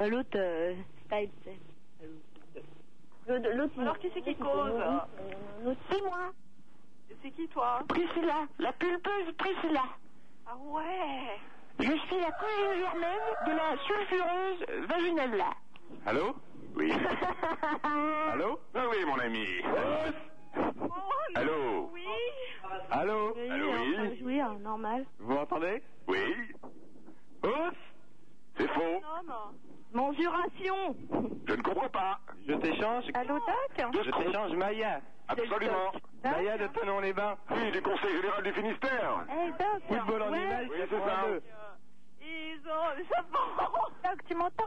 L'autre, euh, style, c'est- L'autre, l'autre-
Alors, qui c'est qui cause
L'autre, c'est moi.
C'est qui toi
Priscilla, la pulpeuse Priscilla.
Ah ouais.
Je suis la cousine germaine de la sulfureuse vaginella.
Allô Oui. Allô Ah oui, mon ami. Allô
Oui
Allô Allô,
Enfin,
oui
jouir, normal.
Vous m'entendez Oui. Ouf C'est faux.
Mensuration
Je ne comprends pas.
Je t'échange.
Allô, Doc
Je t'échange Maya.
Absolument.
Maya de Tonon-les-Bains.
Oui, du Conseil Général du Finistère.
Eh,
Hey, Doc
Football en
Ouais.
image,
Oui, c'est ça.
Ils ont le savon.
Doc, tu m'entends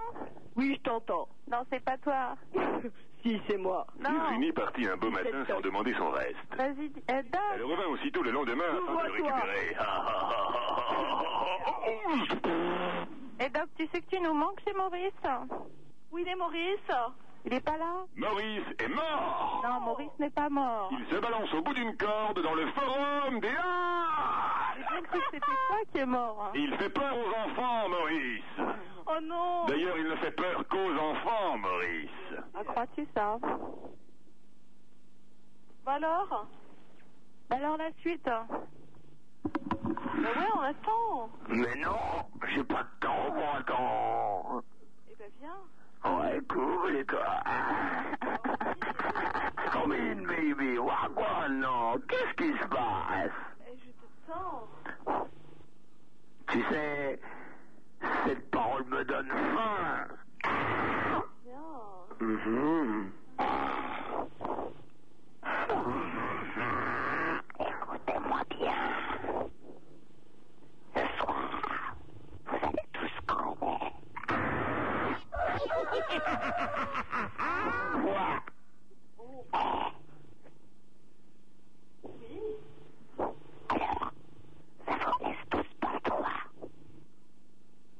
Oui, je t'entends.
Non, c'est pas toi.
Si, c'est moi.
Virginie partit un beau matin sans demander son reste.
Vas-y, dis- eh, Doc
Elle revint aussitôt le lendemain afin de le
Ouvre-toi.
récupérer. Ah, ah, ah, ah,
Oh,
ah, ah, ah.
Eh, Doc, tu sais que tu nous manques chez Maurice
Où il est Maurice
Il est pas là
Maurice est mort
Oh.
Non, Maurice n'est pas mort.
Il se balance au bout d'une corde dans le forum des Ah
J'ai cru que c'était toi qui es mort. hein.
Il fait peur aux enfants, Maurice.
Oh non
D'ailleurs, il ne fait peur qu'aux enfants, Maurice.
Ah, Crois-tu ça
Bah alors
Bah Alors la suite. hein.
Ben
Bah ouais, on attend.
Mais non, j'ai pas de temps pour attendre.
Eh ben viens.
Oh,
Ouais, cool, quoi. Come in, baby. Wagwan, non. Qu'est-ce qui se passe
Attends.
Tu sais, cette parole me donne faim. Mhm. Écoutez-moi bien. Ce soir, vous allez tous crever. Quoi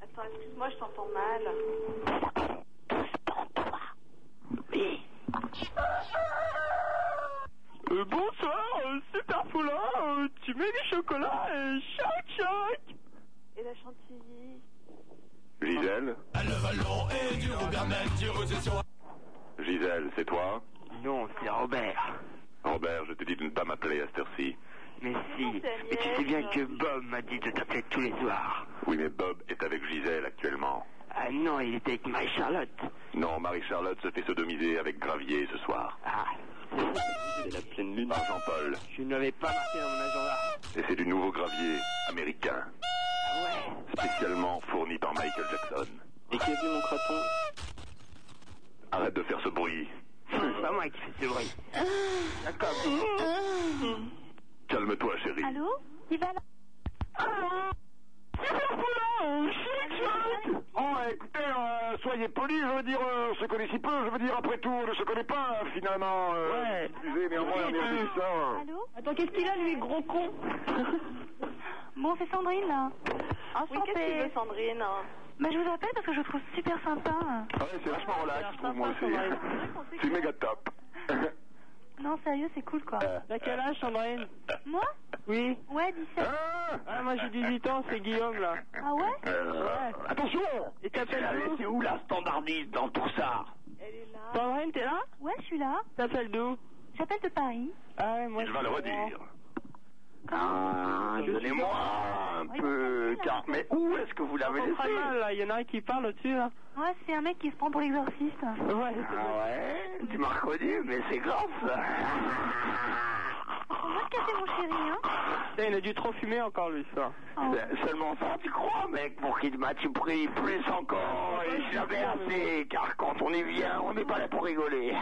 Attends, excuse-moi, je t'entends mal.
Euh, bonsoir, euh, super poulain, euh, tu mets du chocolat euh, et chac chac
Et la chantilly
Gisèle
Elles veulent long et dur ou bien même dur aux
toi
Non, c'est Robert.
Robert, je t'ai dit de ne pas m'appeler à cette heure-ci.
Mais
Ah,
si, mais tu sais bien que Bob m'a dit de t'appeler tous les soirs.
Oui, mais Bob est avec Gisèle actuellement.
Ah non, il était avec Marie-Charlotte.
Non, Marie-Charlotte se fait sodomiser avec Gravier ce soir.
Ah, c'est la pleine lune.
Par Jean-Paul.
Je ne l'avais pas marqué dans mon agenda.
Et c'est du nouveau Gravier américain.
Ah ouais
Spécialement fourni par Michael Jackson.
Et qui a vu mon craton
Arrête de faire ce bruit.
C'est pas moi qui fais ce bruit. D'accord.
Calme-toi, chérie.
Ah. Allô Il va là
euh, Oh, écoutez, euh, soyez polis, je veux dire, euh, on se connaît si peu, je veux dire, après tout, on ne se connaît pas, hein, finalement. euh,
Ouais.
excusez, mais au moins, on est en ça.
Allô
Attends, qu'est-ce qu'il a, lui, gros con
Bon, c'est Sandrine là. Enchantée.
Oui, qu'est-ce qu'il veut, Sandrine
Bah, je vous appelle parce que je vous trouve super sympa.
Ouais, c'est vachement
Ah,
relax, je trouve, moi aussi. C'est méga top.
Non, sérieux, c'est cool quoi.
T'as quel âge, Sandrine
Moi
Oui.
Ouais, 17.
Ah, moi j'ai 18 ans, c'est Guillaume, là.
Ah ouais
Ouais.
Euh, Attention
Et t'appelles d'où
C'est où la standardiste dans tout ça
Sandrine, t'es là
Ouais, je suis là.
T'appelles d'où
J'appelle de Paris.
Ah, ouais, moi
Je vais le redire.
Ah,
Donnez-moi un peu, car... Mais où est-ce que vous l'avez
Très
laissé
mal, là, il y en a un qui parle au-dessus, là.
Ouais, c'est un mec qui se prend pour l'exorciste.
Ouais.
Ah ouais Tu m'as reconnu, mais c'est grave, ça.
On va te casser mon chéri, hein Oh.
Putain, Eh, il a dû trop fumer encore, lui, ça.
C'est Ben, Seulement ça, tu crois, mec, pour qu'il m'as-tu pris plus encore et jamais assez, car quand on est bien, on n'est pas là pour rigoler.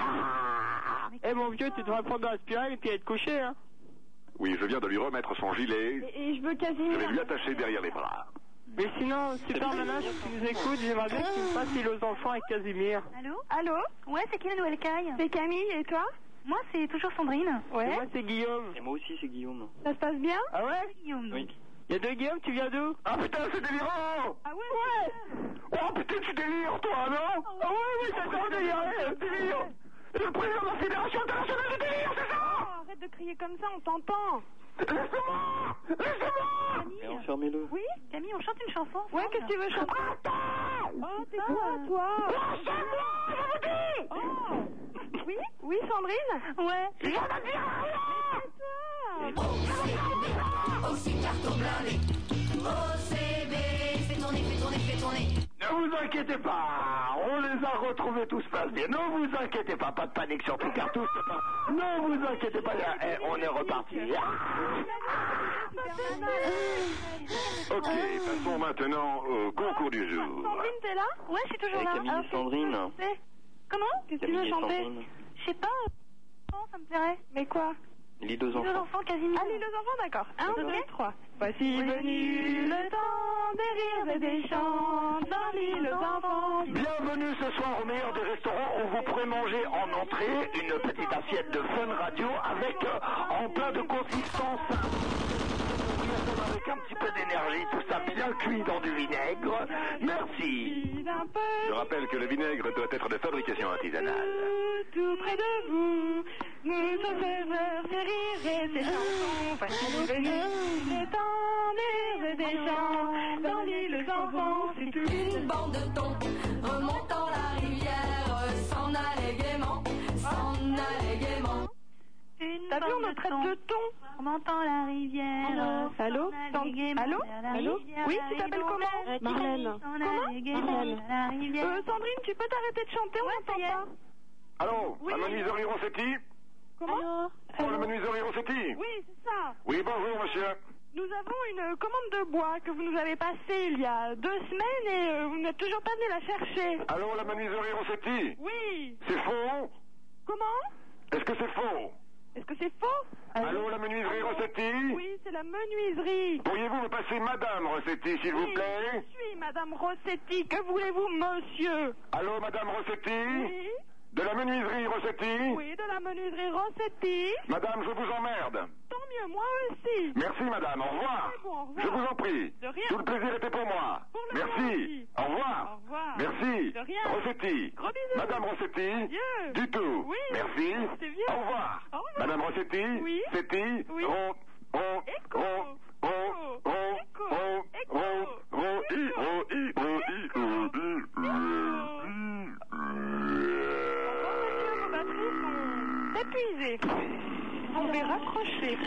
Eh, mon vieux, tu devrais prendre de l'aspirine et puis être couché, hein.
Oui, je viens de lui remettre son gilet.
Et, et je veux
Je vais
Casimir.
lui attacher derrière les bras.
Mais sinon, super nana, si tu nous écoutes, j'aimerais bien que tu me fasses il aux enfants avec Casimir.
Allô
Allô
Ouais, c'est qui la nouvelle caille
C'est Camille, et toi
Moi, c'est toujours Sandrine.
Et
Ouais.
moi, c'est Guillaume.
Et moi aussi, c'est Guillaume.
Ça se passe bien
Ah ouais
Guillaume, donc.
Il y a deux Guillaume, tu viens d'où
Ah putain, c'est délirant
Ah ouais Ouais
Oh putain, tu délires, toi, non Ah ouais, oui, c'est délire, délire C'est le président de la Fédération Internationale du Délire, c'est ça
Oh,
Arrête de crier comme ça, on t'entend
Laisse-moi Laisse-moi
Camille
Enfermez-le.
Oui
Camille, on chante une chanson
Ouais,
ensemble
qu'est-ce que tu veux chanter
Attends
Oh, t'es quoi, toi
Oh,
Lâchez-moi,
Oh Oui Oui, Sandrine
Ouais.
je vous dis J'en ai bien rien
Oh,
Aussi carton blindé. OCB, fais tourner, fais tourner, fais tourner.
Ne vous inquiétez pas, on les a retrouvés, tout se passe bien. Ne vous inquiétez pas, pas de panique sur tout cartouche. Ne vous inquiétez pas, eh, on est reparti. hein. Ok, passons maintenant au concours du jour.
Sandrine, t'es là
Ouais, je suis
Eh,
toujours là.
Camille et Sandrine.
Ouais. Comment
Qu'est-ce que tu veux
et
chanter
Sandrine.
Je sais pas. Non, ça me plairait.
Mais quoi
Les deux
Deux
enfants.
enfants, Casimir.
Allez, les enfants, d'accord. Un,
Ok.
deux, trois. Voici venu le temps des rires et des chants dans l'île aux enfants.
Bienvenue ce soir au meilleur des restaurants où vous pourrez manger en entrée une petite assiette de fun radio avec euh, en plat de consistance. Avec un petit peu d'énergie, tout ça bien cuit dans du vinaigre. Merci.
D'un peu
Je rappelle que le vinaigre doit être de fabrication artisanale.
tout près de vous. Nous sommes faire rire et ces chansons faciles venus. Le temps des des gens dans l'île aux enfants, c'est tout.
Une bande de thon remontant la rivière s'en allait gaiement, s'en allait gaiement.
Une
T'as vu, on
bande
me traite
de
de
thons.
ton.
On entend la rivière.
Allô
s'en
Allô
aller
Allô
gaiement vers la
Allô
rivière,
Oui,
la
tu t'appelles
rive
comment
au mer,
Marlène.
Titanic, s'en
Comment
allait gaiement
Marlène.
vers la rivière.
Euh, Sandrine, tu peux t'arrêter de chanter, on
ça y est.
t'entend pas.
Allô,
Oui.
la menuiserie Rossetti
Comment
Oh, la menuiserie Rossetti
Oui, c'est ça.
Oui, bonjour, monsieur.
Nous avons une euh, commande de bois que vous nous avez passée il y a deux semaines et euh, vous n'êtes toujours pas venu la chercher.
Allô, la menuiserie Rossetti
Oui.
Ah, C'est faux
Comment
Est-ce que c'est faux
Est-ce que c'est faux
Allô, la menuiserie Rossetti
Oui, c'est la menuiserie.
Pourriez-vous me passer Madame Rossetti, s'il vous
Oui,
plaît
Je suis Madame Rossetti. Que voulez-vous, monsieur
Allô, Madame Rossetti
Oui.
De la menuiserie Rossetti
Oui, de la menuiserie Rossetti.
Madame, je vous emmerde.
Tant mieux, moi aussi.
Merci, madame. Au revoir.
C'est bon, au revoir.
Je vous en prie.
De rien.
Tout le plaisir était pour moi.
Pour le moment
Merci.
aussi.
Au revoir.
Au revoir.
Merci.
De rien.
Rossetti.
Gros bisous.
Madame Rossetti.
Vieux.
Du tout.
Oui.
Merci.
C'est vieux.
Au revoir.
Au revoir.
Madame Rossetti. Oh,
Oui.
Setti.
Oui.
Ro. Ro.
Écho.
Ro. Ro. Ro.
Écho.
Ro.
Écho.
Ro. Ro. I.
Écho.
Ro. I. Ro. I. Ro. I. Ro. I.
Au revoir, monsieur, vos batteries. épuisé. Vous pouvez raccrocher.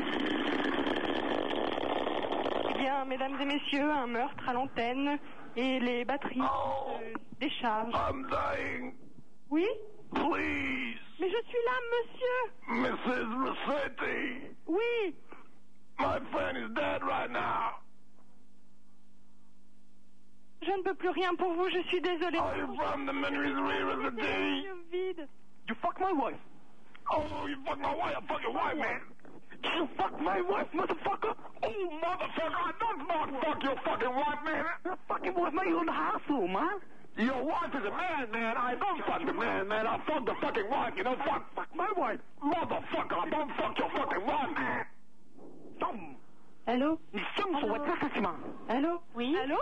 Eh bien, mesdames et messieurs, un meurtre à l'antenne et les batteries se déchargent. Oui
Please,
Mais je suis là, monsieur
Mrs. Rossetti,
Oui
my friend is dead right now.
Je ne peux plus rien pour vous, je suis désolée.
From the memories rear of the day.
Vide.
You fuck my wife. Oh, you fuck my wife. I fuck your wife, man. You fuck my wife, motherfucker. Oh, motherfucker, I don't not fuck your fucking wife, man. Your fucking wife, man, you in the hospital, man. Your wife is a man, man. I don't fuck the man, man. I fuck the fucking wife. You know, fuck, fuck my wife. Motherfucker, I don't fuck your fucking wife, man.
Allô
Nous sommes sur WhatsApp, Fatima.
Allô Oui Allô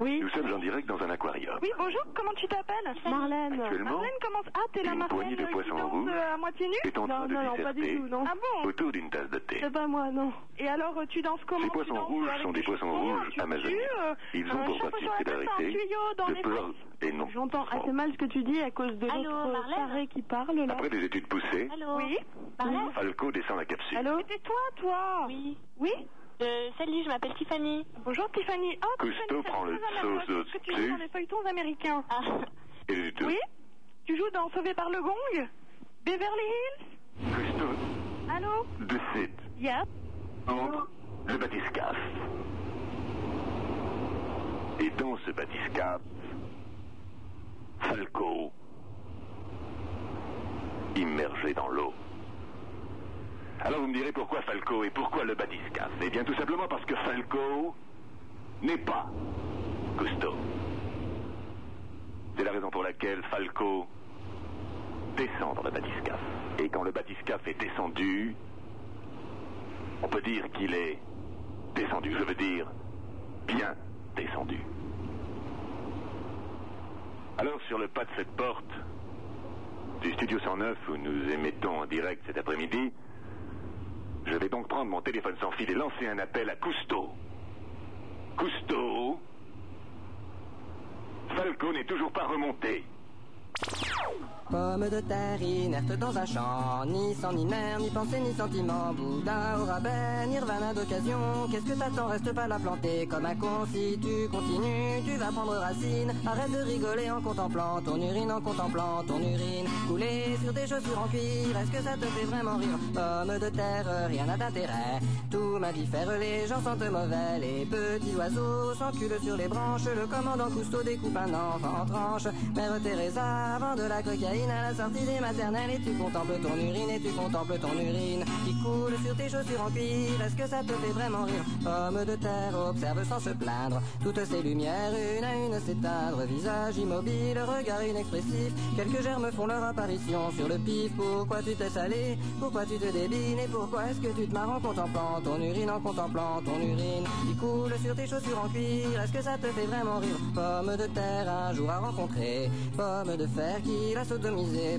Oui
Nous sommes en direct dans un aquarium.
Oui, bonjour, comment tu t'appelles Marlène.
Actuellement,
Marlène, comment Ah, t'es la Marlène
poignée de
euh, qui
poissons
danse,
rouges
euh, à moitié nue
est en train de disserter
Ah bon
autour d'une tasse de thé.
C'est pas Eh ben, moi, non. Et alors, euh, tu danses comment
Ces
tu
poissons
danses
rouges
avec
sont des poissons rouges amazoniens.
euh,
Ils ont
un
pour
chapeau
principe
sur la tête, un
d'arrêter,
tuyau dans
de
les
peur et non.
J'entends assez mal ce que tu dis à cause de l'autre taré qui parle là.
Après des études poussées,
Oui.
Falco descend la capsule.
Allô
C'est toi, toi
Oui. Euh,
Oui
Salut, je m'appelle Tiffany.
Bonjour Tiffany. Oh,
Cousteau prend le
Tiffany,
sauce
ce que tu joues dans les feuilletons américains.
Ah.
et du tout.
Oui Tu joues dans Sauvé par le gong Beverly Hills
Cousteau
Allô
décide
Yep.
entre le bathyscaphe. Et dans ce bathyscaphe, Falco, immergé dans l'eau. Alors vous me direz pourquoi Falco et pourquoi le bathyscaphe Eh bien tout simplement parce que Falco n'est pas Cousteau. C'est la raison pour laquelle Falco descend dans le bathyscaphe. Et quand le bathyscaphe est descendu, on peut dire qu'il est descendu, je veux dire bien descendu. Alors sur le pas de cette porte du studio 109 où nous émettons en direct cet après-midi, je vais donc prendre mon téléphone sans fil et lancer un appel à Cousteau. Cousteau, Falco n'est toujours pas remonté.
Pomme de terre inerte dans un champ, ni sang ni nerf, ni pensée ni sentiment. Bouddha au rabais, Nirvana d'occasion. Qu'est-ce que t'attends Reste pas la planter comme un con. Si tu continues, tu vas prendre racine. Arrête de rigoler en contemplant ton urine, en contemplant ton urine. Couler sur des chaussures en cuir, est-ce que ça te fait vraiment rire Pomme de terre, rien n'a d'intérêt. Tout mammifère, les gens sentent mauvais. Les petits oiseaux s'enculent sur les branches. Le commandant Cousteau découpe un enfant en tranches. Mère Teresa, avant de la cocaïne à la sortie des maternelles. Et tu contemples ton urine, et tu contemples ton urine qui coule sur tes chaussures en cuir. Est-ce que ça te fait vraiment rire Homme de terre, observe sans se plaindre. Toutes ces lumières, une à une s'éteindre. Visage immobile, regard inexpressif. Quelques germes font leur apparition sur le pif. Pourquoi tu t'es salé Pourquoi tu te débines Et pourquoi est-ce que tu te marres en contemplant ton urine, en contemplant ton urine qui coule sur tes chaussures en cuir Est-ce que ça te fait vraiment rire Pomme de terre, un jour à rencontrer. Pomme de fer qui l'a sodomisé.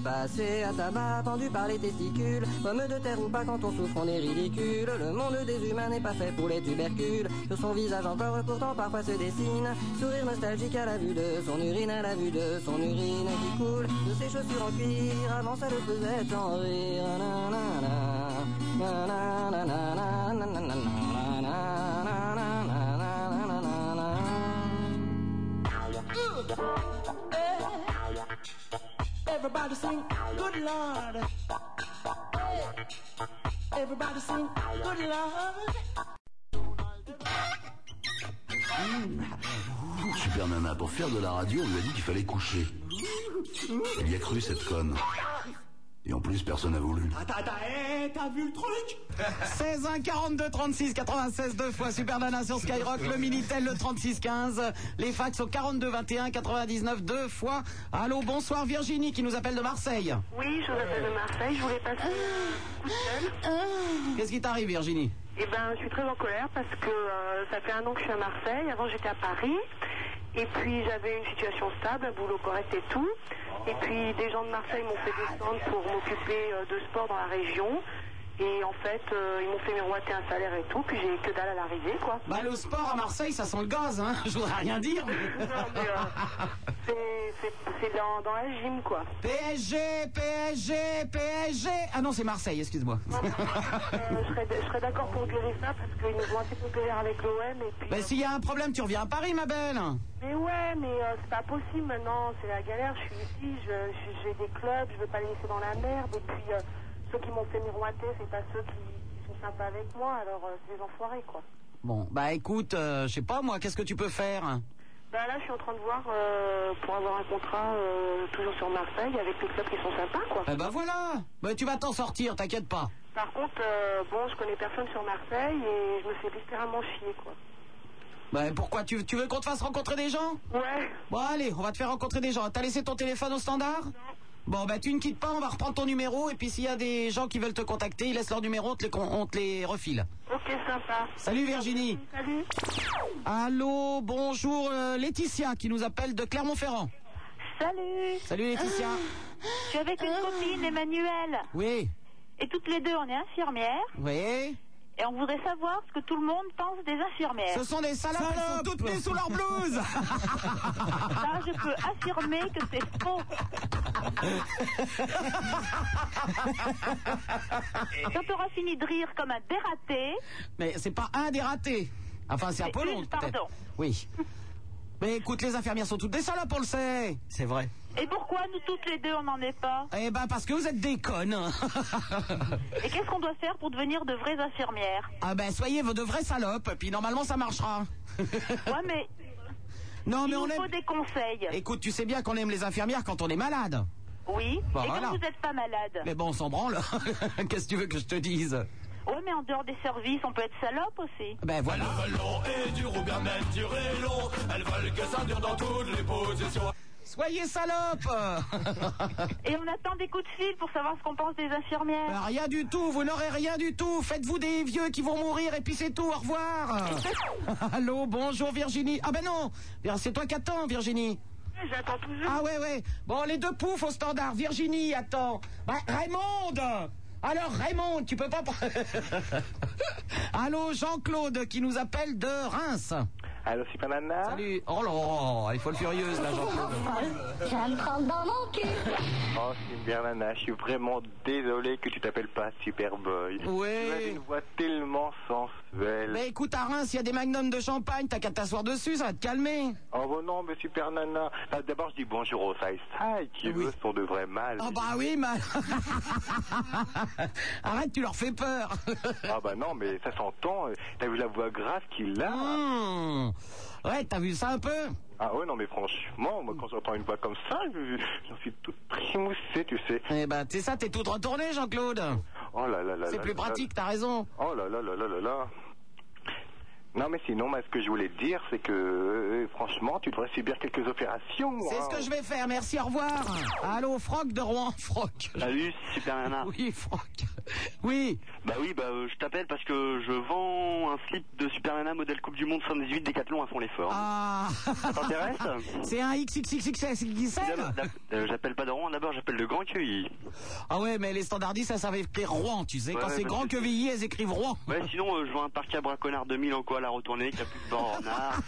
Passé à tabac, pendu par les testicules. Pomme de terre ou pas, quand on souffre, on est ridicule. Le monde des humains n'est pas fait pour les tubercules. Sur son visage encore, pourtant parfois se dessine. Sourire nostalgique à la vue de son urine, à la vue de son urine qui coule de ses chaussures en cuir. Avant ça le faisait en rire. Nanana, nanana, nanana, nanana, nanana,
Everybody sing, good lord. Everybody sing, good lord.
Super Nana, pour faire de la radio, on lui a dit qu'il fallait coucher. Il y a cru cette conne. Et en plus, personne n'a voulu.
Attends, attends, hé, t'as vu le truc 16 1 42 36 96 deux fois Super Nana sur Skyrock, le Minitel le 36 15, les fax au 42 21 99 deux fois. Allô, bonsoir Virginie qui nous appelle de Marseille.
Oui, je vous appelle de Marseille, je voulais passer un coup de gueule.
Ah.
Qu'est-ce qui t'arrive Virginie
Eh ben, je suis très en colère parce que euh, ça fait un an que je suis à Marseille. Avant, j'étais à Paris. Et puis, j'avais une situation stable, un boulot correct et tout. Et puis, des gens de Marseille m'ont fait descendre pour m'occuper euh, de sport dans la région.
Et en fait, euh, ils m'ont fait miroiter un salaire et tout, puis j'ai que dalle à l'arrivée, quoi.
Bah, le sport à Marseille, ça sent le gaz, hein. Je voudrais rien dire. mais-
C'est- C'est c'est dans, dans la gym, quoi.
PSG, PSG, PSG. Ah non, c'est Marseille, excuse-moi.
Euh, je serais, je serais d'accord pour guérir ça, parce qu'ils nous ont assez populaires avec l'OM, et puis...
Bah, s'il y a un problème, tu reviens à Paris, ma belle.
Mais ouais, mais euh, c'est pas possible maintenant, c'est la galère, je suis ici, je- je- j'ai des clubs, je veux pas les laisser dans la merde, et puis euh, ceux qui m'ont fait miroiter, c'est pas ceux qui, qui sont sympas avec moi, alors euh, c'est des enfoirés, quoi.
Bon, bah écoute, euh, je sais pas moi, qu'est-ce que tu peux faire
Bah là, je suis en train de voir euh, pour avoir un contrat euh, toujours sur Marseille avec les clubs qui sont sympas, quoi.
Eh bah voilà Bah tu vas t'en sortir, t'inquiète pas.
Par contre, euh, bon, je connais personne sur Marseille et je me fais littéralement chier, quoi.
Bah pourquoi tu, tu veux qu'on te fasse rencontrer des gens
Ouais.
Bon allez, on va te faire rencontrer des gens. T'as laissé ton téléphone au standard Bon bah tu ne quittes pas, on va reprendre ton numéro et puis s'il y a des gens qui veulent te contacter, ils laissent leur numéro, on te les, con- on te les refile.
Ok, sympa.
Salut Virginie.
Salut.
Allô, bonjour euh, Laetitia qui nous appelle de Clermont-Ferrand.
Salut Ah.
Salut Laetitia.
Je suis avec une copine, Emmanuelle.
Oui,
Et toutes les deux, on est infirmières.
oui.
Et on voudrait savoir ce que tout le monde pense des infirmières.
Ce sont des salopes, elles sont toutes nues sous leur blouse.
Ça, je peux affirmer que c'est faux. Quand tu auras fini de rire comme un dératé,
Mais c'est pas un des ratés. Enfin,
C'est
c'est Apollon,
une,
peut-être.
pardon.
Oui. Mais écoute, les infirmières sont toutes des salopes, on le sait. C'est vrai.
et pourquoi nous toutes les deux, on n'en est pas
Eh ben, parce que vous êtes des connes.
Et qu'est-ce qu'on doit faire pour devenir de vraies infirmières
ah ben, soyez de vraies salopes, puis normalement, ça marchera.
Ouais, mais
Non, mais
il
on
nous faut
aime.
des conseils.
Écoute, tu sais bien qu'on aime les infirmières quand on est malade.
Oui,
Bah,
et
voilà.
quand vous n'êtes pas malade.
Mais bon, on s'en branle. Qu'est-ce que tu veux que je te dise
Ouais, mais en dehors des services, on peut être salope aussi.
Ben voilà.
Le melon est dur ou bien même du long. Elles veulent que ça dure dans toutes les positions.
Soyez salopes
Et on attend des coups de fil pour savoir ce qu'on pense des infirmières.
Ben, Rien du tout, vous n'aurez rien du tout. Faites-vous des vieux qui vont mourir et puis c'est tout, au revoir. Allô, bonjour Virginie. Ah ben non, Vir- c'est toi qui attends Virginie.
J'attends toujours.
Ah ouais, ouais. Bon, les deux poufs au standard. Virginie, attends. Bah, Raymond Alors Raymond, tu peux pas... Allô, Jean-Claude qui nous appelle de Reims.
Allô, Super Nana
Salut. Oh là, il faut le furieuse là, Jean-Claude.
Je vais me prendre dans mon cul.
Oh, Super Nana, je suis vraiment désolé que tu t'appelles pas Superboy.
Ouais.
Tu as une voix tellement sensuelle.
Mais Ben, écoute, à Reims, il y a des magnums de champagne. T'as qu'à t'asseoir dessus, ça va te calmer.
Oh bon, non, mais Super Nana. Ah, D'abord, je dis bonjour aux Sai Sai, qui eux sont de vrais mâles.
Ah bah oui, mal. Arrête, tu leur fais peur.
Ah bah non, mais ça s'entend. euh, T'as vu la voix grave qu'il a
Hmm. Ouais, t'as vu ça un peu
Ah ouais, non, mais franchement, moi, quand j'entends une voix comme ça, je- j'en suis toute primoussée, tu sais.
Eh ben, c'est ça, t'es toute retournée, Jean-Claude.
Oh là
Bah,
là là
C'est
là
plus
là là.
pratique, t'as raison.
Oh là là là là là là. Non mais sinon, moi, ce que je voulais te dire, c'est que euh, franchement, tu devrais subir quelques opérations.
C'est
hein.
ce que je vais faire, merci, au revoir. Allô, Franck de Rouen, Franck.
Salut, super nana.
Oui, Franck. Oui.
Bah oui, bah euh, je t'appelle parce que je vends un slip de super nana modèle Coupe du Monde 78 Décathlon à fond l'effort.
Ah.
Ça t'intéresse
C'est un XXXXXL
Euh, J'appelle pas de Rouen, d'abord j'appelle le Grand QI.
Ah ouais, mais les standardistes, ça savait écrire Rouen, tu sais.
Ouais,
Quand
ouais,
c'est
parce
grand
que-
que Villiers, elles écrivent Rouen.
Ouais, sinon euh, je vois un parc à braconnard 2000 en quoi à la retournée, qui a plus de bornard.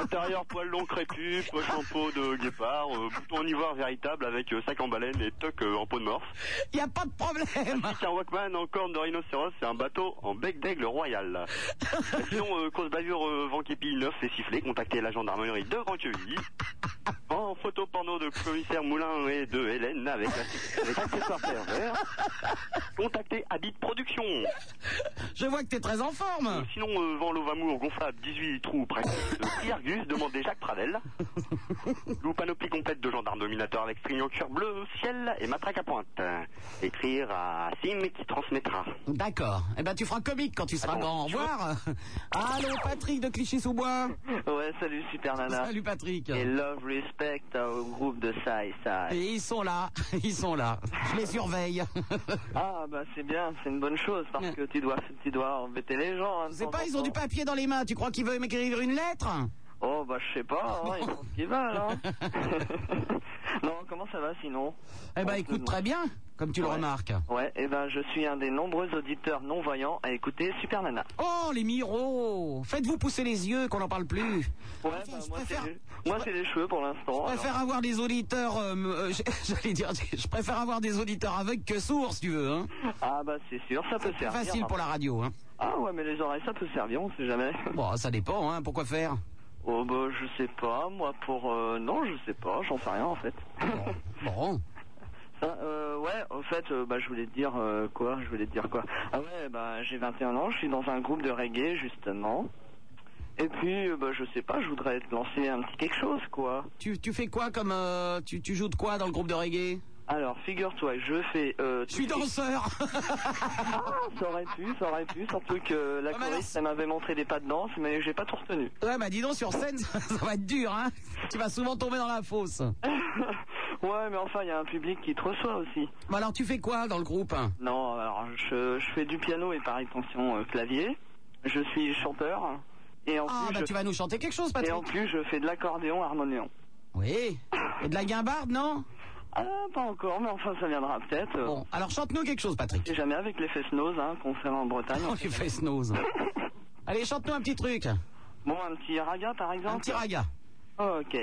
Intérieur poil long crépus, poche en peau de guépard, euh, bouton en ivoire véritable avec euh, sac en baleine et toc euh, en peau de morse.
Y a pas de problème.
Ainsi qu'un Walkman en corne de rhinocéros et un bateau en bec d'aigle royal. Et Sinon, euh, cause bavure, euh, vent képi neuf et sifflé, contactez la gendarmerie de grand quevilly En photo porno de commissaire Moulin et de Hélène avec, avec accessoires pervers. Contactez Habit Production.
Je vois que t'es très en forme.
Sinon, euh, vent l'ovamour gonflable 18 trous près de Priargus, demandez Jacques Pradel. Lou panoplie complète de gendarmes dominateurs avec string en cuir bleu, ciel et matraque à pointe. Écrire à Sim qui transmettra.
D'accord. Eh ben, tu feras comique quand tu seras grand. Au revoir. Allô, Patrick de Clichy-sous-Bois.
Ouais, salut Super Nana.
Salut, Patrick.
Et love respect au groupe de ça et ça.
Et ils sont là. Ils sont là. Je les surveille.
Ah bah c'est bien, c'est une bonne chose parce que tu dois, tu dois embêter les gens. hein, de
C'est
temps
pas,
en
ils ont du
temps.
papier dans les mains. Tu crois qu'ils veulent m'écrire une lettre
Oh, bah, je sais pas, hein, ils font ce qu'ils veulent, hein.
hein.
non, comment ça va sinon
Eh ben, écoute très bien, comme tu le remarques.
Ouais,
eh
et ben, je suis un des nombreux auditeurs non-voyants à écouter Super Nana.
Oh, les miros Faites-vous pousser les yeux qu'on n'en parle plus.
Ouais, bah, moi, c'est les- moi, c'est les cheveux pour l'instant.
Je
alors.
préfère avoir des auditeurs, euh, me- euh, j'allais dire, je préfère avoir des auditeurs aveugles que sourds, si tu veux. Hein.
Ah, bah, c'est sûr, ça peut
C'est
servir.
facile pour la radio. Hein.
Ah, ouais, mais les oreilles, ça peut servir, on sait jamais.
Bon, ça dépend, hein, pourquoi faire
Oh, bah, je sais pas, moi, pour. euh, non, je sais pas, j'en sais rien en fait.
Bon.
Ça, euh, ouais, au fait, euh, bah, je voulais te dire euh, quoi Je voulais te dire quoi Ah ouais, bah, j'ai 21 ans, je suis dans un groupe de reggae, justement. Et puis, euh, bah, je sais pas, je voudrais te lancer un petit quelque chose, quoi.
Tu, tu fais quoi comme. euh, tu, tu joues de quoi dans le groupe de reggae
Alors, figure-toi, je fais... Euh,
Je suis danseur
Ça aurait pu, ça aurait pu, surtout que
Ah,
la
bah,
choriste, elle m'avait montré des pas de danse, mais j'ai pas tout retenu.
Ouais, bah dis donc, sur scène, ça, ça va être dur, hein Tu vas souvent tomber dans la fosse.
Ouais, mais enfin, il y a un public qui te reçoit aussi.
Bah alors, tu fais quoi dans le groupe
Non, alors, je, je fais du piano et par extension euh, clavier. Je suis chanteur. Et en
Ah,
plus,
bah
je-
tu vas nous chanter quelque chose, Patrick
Et en plus, je fais de l'accordéon harmonion.
Oui. Et de la guimbarde, non
Ah, pas encore, mais enfin, ça viendra peut-être. Bon,
alors chante-nous quelque chose, Patrick.
C'est jamais avec les Fesnos, hein, concert en Bretagne.
Oh, les Fesnos. Allez, chante-nous un petit truc.
Bon, un petit raga, par exemple. Un petit
raga.
ok.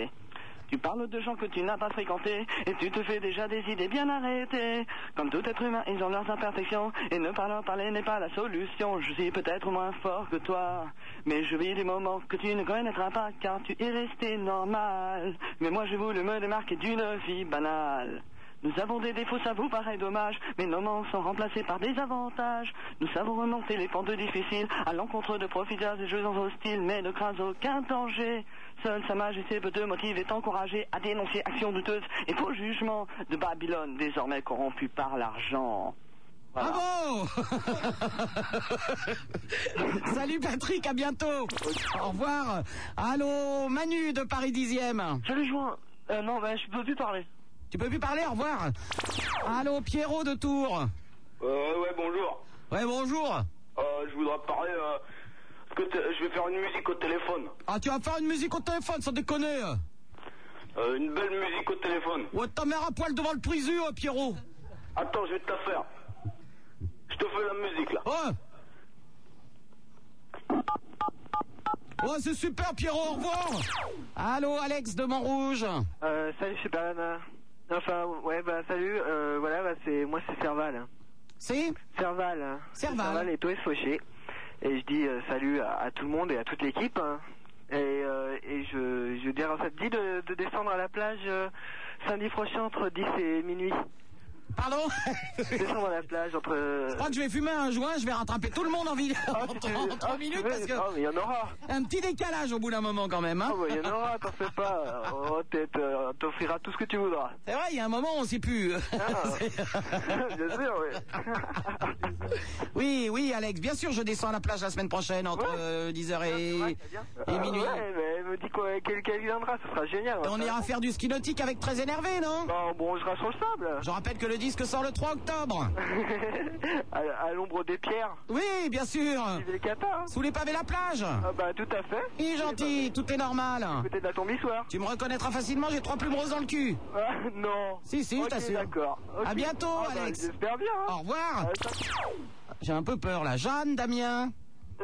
Tu parles de gens que tu n'as pas fréquentés et tu te fais déjà des idées bien arrêtées. Comme tout être humain, ils ont leurs imperfections et ne pas leur parler n'est pas la solution. Je suis peut-être moins fort que toi, mais je vis des moments que tu ne connaîtras pas car tu es resté normal. Mais moi, je voulais me démarquer d'une vie banale. Nous avons des défauts, ça vous paraît dommage, mais nos manques sont remplacés par des avantages. Nous savons remonter les pentes difficiles à l'encontre de profiteurs et jeux hostiles, mais ne crains aucun danger. Seule Sa Majesté peut te motiver, t'encourager à dénoncer actions douteuses et faux jugements de Babylone, désormais corrompue par l'argent.
Bravo Salut Patrick, à bientôt. Au revoir. Allô, Manu de Paris 10e.
Salut Join.
Euh,
non, bah, je peux plus parler.
Tu peux plus parler, au revoir. Allô, Pierrot de Tours.
Euh, ouais, bonjour.
Ouais, bonjour.
Euh, je voudrais parler. euh, parce que t- je vais faire une musique au téléphone.
Ah, tu vas faire une musique au téléphone, sans déconner.
Euh, une belle musique au téléphone.
Ouais, ta mère à poil devant le prisu, hein, Pierrot.
Attends, je vais te la faire. Je te fais la musique là.
Ouais. Ouais, Oh, c'est super, Pierrot, au revoir. Allô, Alex de Montrouge.
Euh, salut Super Nana. Enfin, ouais, bah, salut. Euh, voilà, bah, c'est moi, c'est Serval.
C'est
Serval. hein.
Serval.
Serval et Toès Fauché. Et je dis euh, salut à, à tout le monde et à toute l'équipe. hein. Et, euh, et je, je dirais, ça te dit de, de descendre à la plage euh, samedi prochain entre 10 et minuit.
Pardon
Descendre à la plage entre.
Je crois que je vais fumer un joint, je vais rattraper tout le monde en, vi-
Ah,
en, en trois minutes parce que.
il y en aura. Ah,
Un petit décalage au bout d'un moment quand même. Hein.
Oh, bah, Il y en aura, t'en fais pas. Oh, t'es- t'es- on t'offrira tout ce que tu voudras.
C'est vrai, il y a un moment on sait plus.
Ah.
C'est-
Bien sûr, oui.
oui, oui, Alex, bien sûr, je descends à la plage la semaine prochaine entre 10h et, et minuit.
Ouais, mais elle me dit quoi, quel, quel viendra, ce sera génial.
Et on ira faire du ski nautique avec très énervé, non
Bon, bon, on sera sur le sable.
Je rappelle que le disque sort le 3 octobre.
à, à l'ombre des pierres.
Oui, bien sûr.
Vive les catins.
Sous les pavés la plage.
hein. Ah bah tout à fait.
Il est gentil, tout est normal.
Peut-être la tombe soir.
Tu me reconnaîtras facilement, j'ai trois plumes roses dans le cul.
Ah, non.
Si, si, je
Ok,
t'assure.
D'accord. Ok.
À bientôt,
Ah, bah,
Alex. Ah.
J'espère bien. hein.
Au revoir. J'ai un peu peur là. Jeanne, Damien.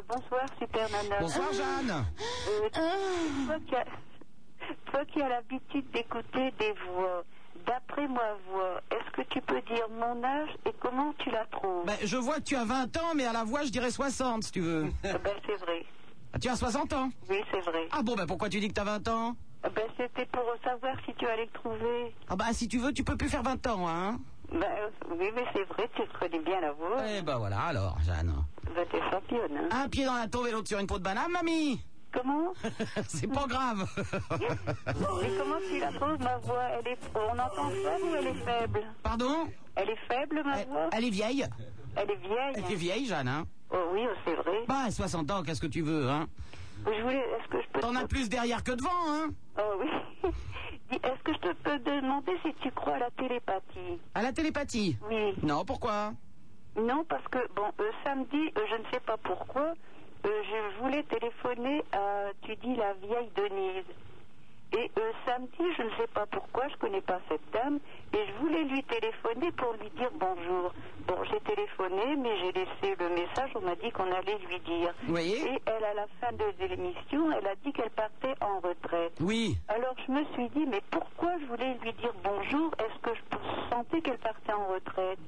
Bonsoir, Super Nana.
Bonsoir, Jeanne.
Euh, toi qui as- toi qui as l'habitude d'écouter des voix, d'après ma voix, est-ce que tu peux dire mon âge et comment tu la trouves
Ben, je vois que tu as 20 ans, mais à la voix, je dirais 60, si tu veux.
Ah ben, C'est vrai.
Ah, tu as 60 ans
Oui, c'est vrai.
Ah bon, ben pourquoi tu dis que tu as 20 ans
Ah ben, C'était pour savoir si tu allais le trouver.
Ah bah si tu veux, tu peux plus faire 20 ans, hein
Ben, euh, oui, mais c'est vrai, tu connais bien la voix.
Eh ben voilà, alors, Jeanne.
Ben, t'es championne. hein.
Un pied dans la tombe et l'autre sur une peau de banane, mamie
Comment
C'est pas grave
Mais comment tu la trouves, ma voix elle est... On entend faible ou elle est faible
Pardon
Elle est faible, ma voix
Elle est vieille
Elle est vieille.
Elle
hein.
est vieille, Jeanne, hein
Oh oui, c'est vrai.
Bah, 60 ans, qu'est-ce que tu veux, hein
Je voulais... Est-ce que je peux...
T'en as plus derrière que devant, hein
Oh oui. Dis, Est-ce que je te peux demander si tu crois à la télépathie
À la télépathie
Oui.
Non, pourquoi
Non, parce que, bon, euh, samedi, euh, je ne sais pas pourquoi,
Euh, je voulais téléphoner à, tu dis, la vieille Denise. Et euh, samedi, je ne sais pas pourquoi, je ne connais pas cette dame, et je voulais lui téléphoner pour lui dire bonjour. Bon, j'ai téléphoné, mais j'ai laissé le message, on m'a dit qu'on allait lui dire.
Oui.
Et elle, à la fin de l'émission, elle a dit qu'elle partait en retraite.
Oui.
Alors je me suis dit, mais pourquoi je voulais lui dire bonjour Est-ce que je sentais qu'elle partait en retraite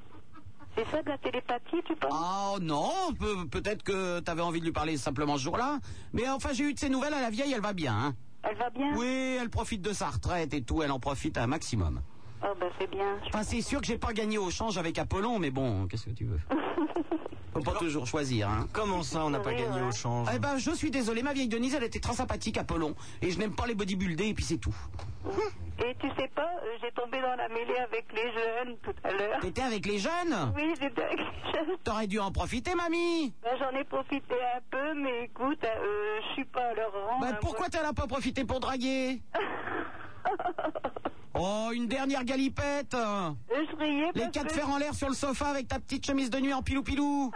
C'est ça de la télépathie, tu penses
Oh non, pe- peut-être que t'avais envie de lui parler simplement ce jour-là. Mais enfin, j'ai eu de ses nouvelles à la vieille, elle va bien. hein.
Elle va bien
Oui, elle profite de sa retraite et tout, elle en profite un maximum.
Oh, ben c'est bien.
Enfin, c'est sûr que j'ai pas gagné au change avec Apollon, mais bon, qu'est-ce que tu veux Faut pas toujours choisir, hein.
Comment ça, on n'a pas gagné au change
Eh ben, je suis désolé, ma vieille Denise, elle était très sympathique, Apollon. Et je n'aime pas les bodybuildés, et puis c'est tout.
Et tu sais pas, euh, j'ai tombé dans la mêlée avec les jeunes tout à l'heure.
T'étais avec les jeunes
Oui, j'étais avec les jeunes.
T'aurais dû en profiter, mamie
Ben, J'en ai profité un peu, mais écoute, euh, je suis pas à leur rang. hein,
Ben, pourquoi t'en as pas profité pour draguer Oh, une dernière galipette
Je riais
Les
parce
quatre
que-
fers en l'air sur le sofa avec ta petite chemise de nuit en pilou-pilou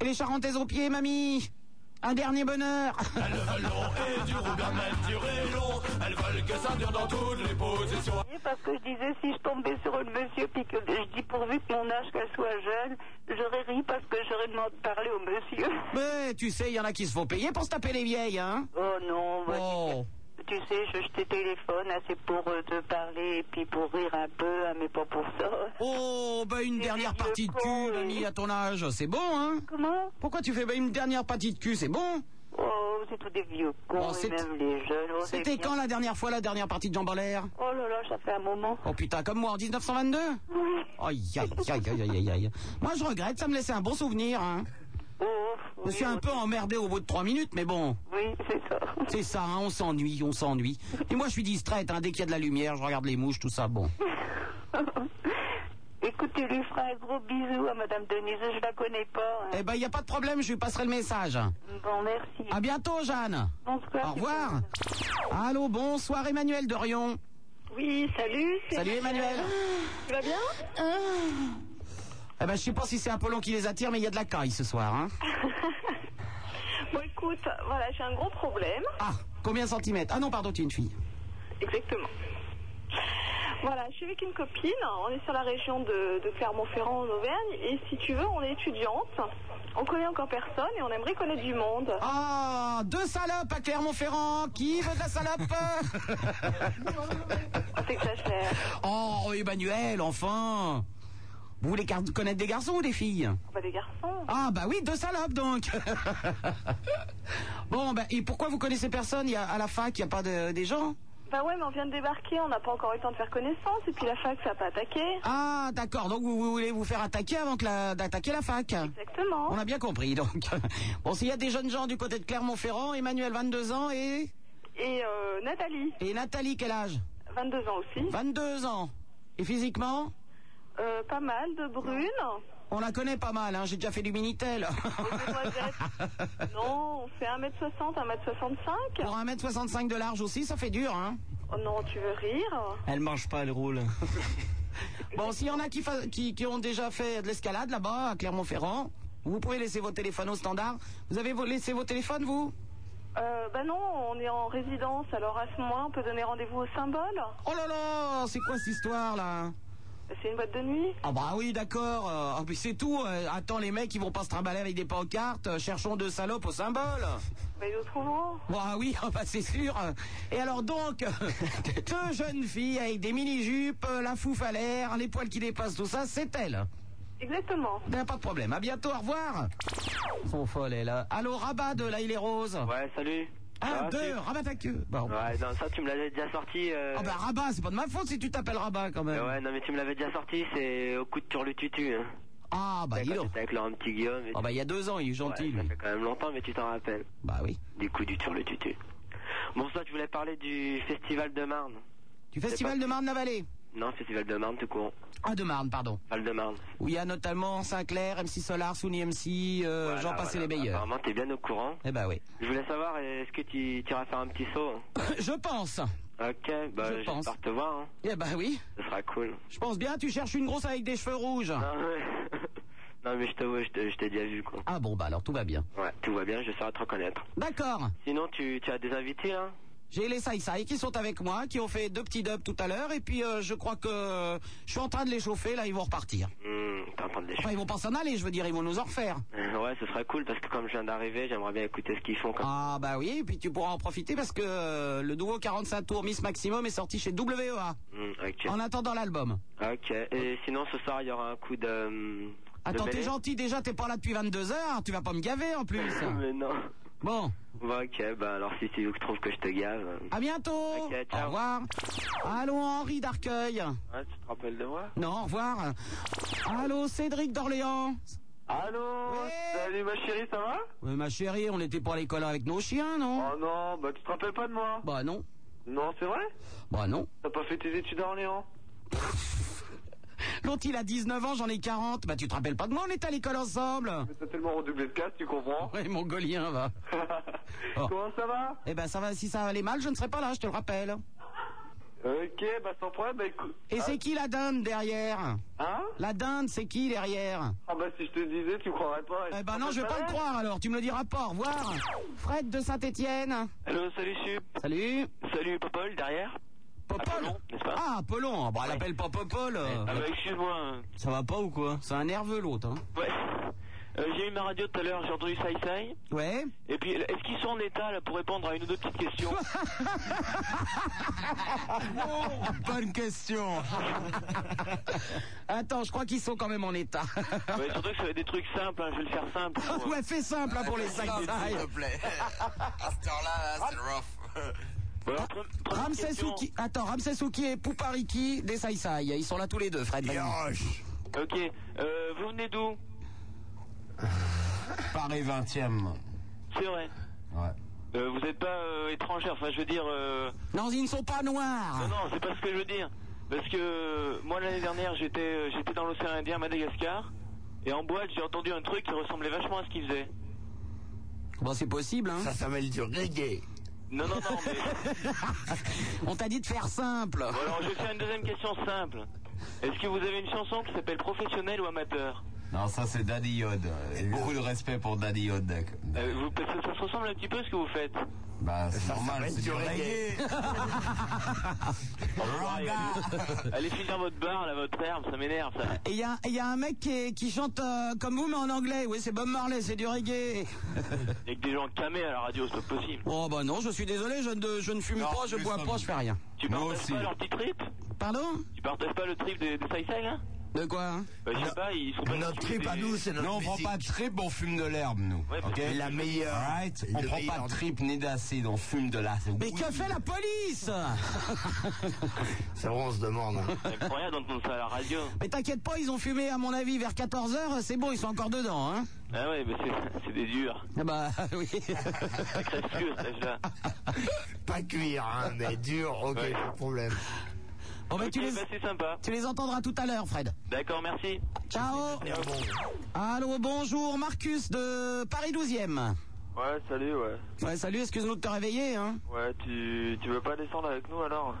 Et les charentaises aux pieds, mamie Un dernier bonheur
long et dur ou bien même dur et long. Elles veulent que ça dure dans toutes les positions.
Parce que je disais, si je tombais sur un monsieur, puis que je dis pourvu que mon âge, qu'elle soit jeune, j'aurais ri parce que j'aurais demandé de parler au monsieur.
Mais tu sais, il y en a qui se font payer pour se taper les vieilles, hein
Oh non, bah, tu, sais- tu sais, je, je te téléphone, hein, c'est pour euh, te parler et puis pour rire un peu, hein, mais pas pour ça.
Oh, bah
Eh
une dernière partie de cul, mamie, à ton âge, c'est bon, hein
ben, Comment
Pourquoi tu fais bah, une dernière partie de cul, c'est bon
Oh, c'est tous des vieux cons,
Oh,
et
c'est-
même les jeunes. oh, c'est
C'était
bien.
quand la dernière fois, la dernière partie de Jean Bolaire
Oh là là, ça fait un moment.
Oh putain, comme moi en 1922 Aïe, aïe, aïe, aïe, aïe, aïe, aïe. Moi je regrette, ça me laissait un bon souvenir. Hein.
Oh,
je me suis un peu emmerdé au bout de trois minutes, mais bon.
Oui, c'est ça.
C'est ça, hein, on s'ennuie, on s'ennuie. Et moi je suis distraite, hein, dès qu'il y a de la lumière, je regarde les mouches, tout ça, bon.
Écoute, tu lui feras un gros bisou à Madame Denise, je la connais pas. hein.
Eh ben, il n'y a pas de problème, je lui passerai le message.
Bon, merci.
À bientôt, Jeanne.
Bonsoir.
Au revoir. Allô, bonsoir, Emmanuel de Rion.
Oui, salut. c'est-
Salut, Emmanuel. Ah.
Tu vas bien
Eh ben, je sais pas si c'est Apollon qui les attire, mais il y a de la caille ce soir. Hein.
Bon, écoute, voilà, j'ai un gros problème.
Ah, combien de centimètres Ah non, pardon, tu es une fille.
Exactement. Voilà, je suis avec une copine, on est sur la région de, de Clermont-Ferrand en Auvergne, et si tu veux, on est étudiante, on connaît encore personne et on aimerait connaître du monde.
Ah, deux salopes à Clermont-Ferrand. Qui veut de la salope Oh, Emmanuel, enfin. Vous voulez gar- connaître des garçons ou des filles
Bah, des garçons.
Ah, bah oui, deux salopes donc. bon, bah, et pourquoi vous connaissez personne Il y a- À la fac, il n'y a pas de, des gens
Bah ouais, mais on vient de débarquer, on n'a pas encore eu le temps de faire connaissance, et puis la fac, ça n'a pas attaqué.
Ah, d'accord. Donc vous, vous voulez vous faire attaquer avant que la- d'attaquer la fac
Exactement.
On a bien compris. Donc, bon, s'il y a des jeunes gens du côté de Clermont-Ferrand, Emmanuel, 22 ans et
et euh, Nathalie.
Et Nathalie, quel âge
22 ans aussi.
22 ans. Et physiquement
Euh, pas mal de brunes.
On la connaît pas mal. Hein, J'ai déjà fait du minitel.
Non, on fait 1m60, 1m65.
Pour 1m65 de large aussi, ça fait dur. Hein.
Oh non, tu veux rire
Elle mange pas, elle roule.
Bon, s'il y en a qui, fa- qui, qui ont déjà fait de l'escalade là-bas, à Clermont-Ferrand, vous pouvez laisser vos téléphones au standard. Vous avez vos- laissé vos téléphones, vous
euh, Bah non, on est en résidence, alors à ce moment, on peut donner rendez-vous au symbole.
Oh là là, c'est quoi cette histoire là
C'est une boîte de nuit
Ah bah oui, d'accord. euh, ah, mais c'est tout. euh, attends, les mecs, ils vont pas se trimballer avec des pancartes. euh, cherchons deux salopes au symbole.
Bah ils le trouveront.
Ah oui, ah bah c'est sûr. Et alors donc, deux jeunes filles avec des mini-jupes, euh, la fouf à l'air, les poils qui dépassent, tout ça, c'est elle.
Exactement.
Ben, pas de problème. À bientôt, au revoir. Ils sont folles, elles. hein. Allô, Rabat de Là, il est rose.
Ouais, salut.
Un,
Ah,
deux,
tu-
rabat ta queue. bah, Bon.
Ouais, non, ça, tu me l'avais déjà sorti. euh,
Ah bah Rabat, c'est pas de ma faute si tu t'appelles Rabat quand même.
euh, ouais, non, mais tu me l'avais déjà sorti, c'est au coup de turlututu. Hein.
Ah bah il est
C'était avec Laurent Petit Guillaume. et
Ah bah
tout.
il y a deux ans, il est gentil.
Ouais,
lui.
ça fait quand même longtemps, mais tu t'en rappelles.
Bah oui.
Du coup, du turlututu. Bon, ça, tu voulais parler du Festival de Marne.
Du Festival de Marne-la-Vallée.
Non, Festival de Marne, tout court.
Ah, de Marne, pardon.
Val de Marne.
Où il y a notamment Sinclair, MC Solar, Souni MC, euh,
Voilà,
j'en passais
voilà.
les meilleurs.
Apparemment, t'es bien au courant.
Eh bah oui.
Je voulais savoir, est-ce que tu tu iras faire un petit saut
hein
Je pense.
Ok, bah,
Je pense.
j'espère te voir. Hein.
Eh bah oui.
Ce sera cool.
Je pense bien, tu cherches une grosse avec des cheveux rouges.
Ah ouais.
Non, mais je te- je te- je t'ai déjà vu, quoi.
Ah bon, bah alors tout va bien.
Ouais, tout va bien, je saurai te reconnaître.
D'accord.
Sinon, tu, tu as des invités, là
J'ai les Saï qui sont avec moi, qui ont fait deux petits dubs tout à l'heure, et puis euh, je crois que euh, je suis en train de les chauffer, là ils vont repartir.
Hum, t'es en train de les
Enfin ils vont pas s'en aller, je veux dire, ils vont nous en refaire.
Ouais, ce serait cool, parce que comme je viens d'arriver, j'aimerais bien écouter ce qu'ils font. Comme...
Ah bah oui, et puis tu pourras en profiter parce que euh, le nouveau 45 tours Miss Maximum est sorti chez WEA,
Hum, ok.
en attendant l'album.
Ok, et sinon, ce soir, il y aura un coup de... euh, de
Attends, t'es
mêlée
gentil déjà, t'es pas là depuis 22 heures, tu vas pas me gaver en plus.
Mais non.
Bon.
Bon, ok, bah alors si tu trouves que je te gave... euh,
À bientôt.
Ok,
Au
ciao.
revoir. Allô Henri d'Arcueil.
Ouais, tu te rappelles de moi
Non, au revoir. Allô Cédric d'Orléans.
Allô Salut ma chérie, ça va
Ouais, ma chérie, on n'était pas à l'école avec nos chiens, non
Oh non, bah tu te rappelles pas de moi
Bah non.
Non, c'est vrai
Bah non.
T'as pas fait tes études à Orléans
L'autre, il a 19 ans, j'en ai 40. Bah tu te rappelles pas de moi, on était à l'école ensemble.
T'as tellement redoublé de classe, tu comprends
Ouais, mongolien, va.
Comment ça va
Eh ben ça va, si ça allait mal, je ne serais pas là, je te le rappelle.
Ok, bah sans problème, bah écoute...
Et c'est qui la dinde derrière
Hein
La dinde, c'est qui derrière
Ah bah si je te disais, tu croirais pas...
Eh ben non, je vais pas le croire alors, tu me le diras pas, au revoir. Fred de Saint-Étienne.
Allô, salut Sup.
Salut.
Salut Popol, derrière.
Popol
n'est-ce pas
Ah, Apollon, Ah, bah elle appelle pas Popol. euh.
Ah bah excuse-moi. hein.
Ça va pas ou quoi C'est un nerveux l'autre. Hein.
Ouais. Euh, j'ai eu ma radio tout à l'heure, j'ai entendu Sai Sai.
Ouais.
Et puis, est-ce qu'ils sont en état là pour répondre à une ou deux petites questions
Bonne question. Attends, je crois qu'ils sont quand même en état.
Ouais, surtout que ça va être des trucs simples, hein, je vais le faire simple.
Ah ouais, fais simple hein, pour les sacs
S'il
de
te plaît. À cette heure-là, c'est rough.
Ramsesouki, attends, Ramsesouki et Poupariki des Sai Sai. Ils sont là tous les deux, Fred. vas-y.
Ok, euh, vous venez d'où
Paris 20e.
C'est vrai.
Ouais.
Euh, vous n'êtes pas euh, étrangère, enfin je veux dire... euh,
Non, ils ne sont pas noirs.
Non, non, c'est pas ce que je veux dire. Parce que euh, moi l'année dernière j'étais euh, j'étais dans l'océan Indien, à Madagascar, et en boîte j'ai entendu un truc qui ressemblait vachement à ce qu'ils faisaient.
Bon, c'est possible, hein.
Ça s'appelle du reggae.
Non, non, non, mais...
On t'a dit de faire simple.
Bon, alors je vais faire une deuxième question simple. Est-ce que vous avez une chanson qui s'appelle Professionnel ou Amateur
Non, ça c'est Daddy Yod. Et Beaucoup de respect pour Daddy Yod. d'accord.
Euh, vous- Parce que ça se ressemble un petit peu à ce que vous faites.
Bah, c'est normal, c'est du reggae.
allez, allez finir votre barre, là, votre herbe, ça m'énerve ça.
Et il y a, et il y a un mec qui, est- qui chante euh, comme vous, mais en anglais. Oui, c'est Bob Marley, c'est du reggae.
Et que des gens camés à la radio, c'est pas possible.
Oh, bah non, je suis désolé, je ne, je ne fume pas, je bois pas, je fais rien.
Tu partages pas leur petit trip
Pardon
Tu partages pas le trip des, des Sai Sai, là
De quoi hein
Bah, je sais pas, ils sont pas
Notre
trip à nous, c'est notre
Non, on
musique.
prend pas de trip, on fume de l'herbe, nous.
Ouais,
ok
c'est la meilleure.
Right On
Le
prend pas
meilleur.
de trip ni d'acide, on fume de l'acide.
Mais que fait la police
C'est vrai, on se demande.
C'est incroyable d'entendre ça à la radio.
Mais t'inquiète pas, ils ont fumé, à mon avis, vers 14h, c'est bon, ils sont encore dedans, hein
Ah ouais, mais c'est- c'est des durs.
Ah bah oui.
Sacré fieux, cet âge-là.
Pas cuir, hein, mais dur, ok, pas de problème.
Bon, bah, tu,
Ok,
les,
bah, c'est sympa.
tu les entendras tout à l'heure, Fred.
D'accord, merci.
Ciao Allô, bonjour, Marcus de Paris 12e.
Ouais, salut, ouais.
Ouais, salut, excuse-nous de te réveiller, hein
Ouais, tu, tu veux pas descendre avec nous alors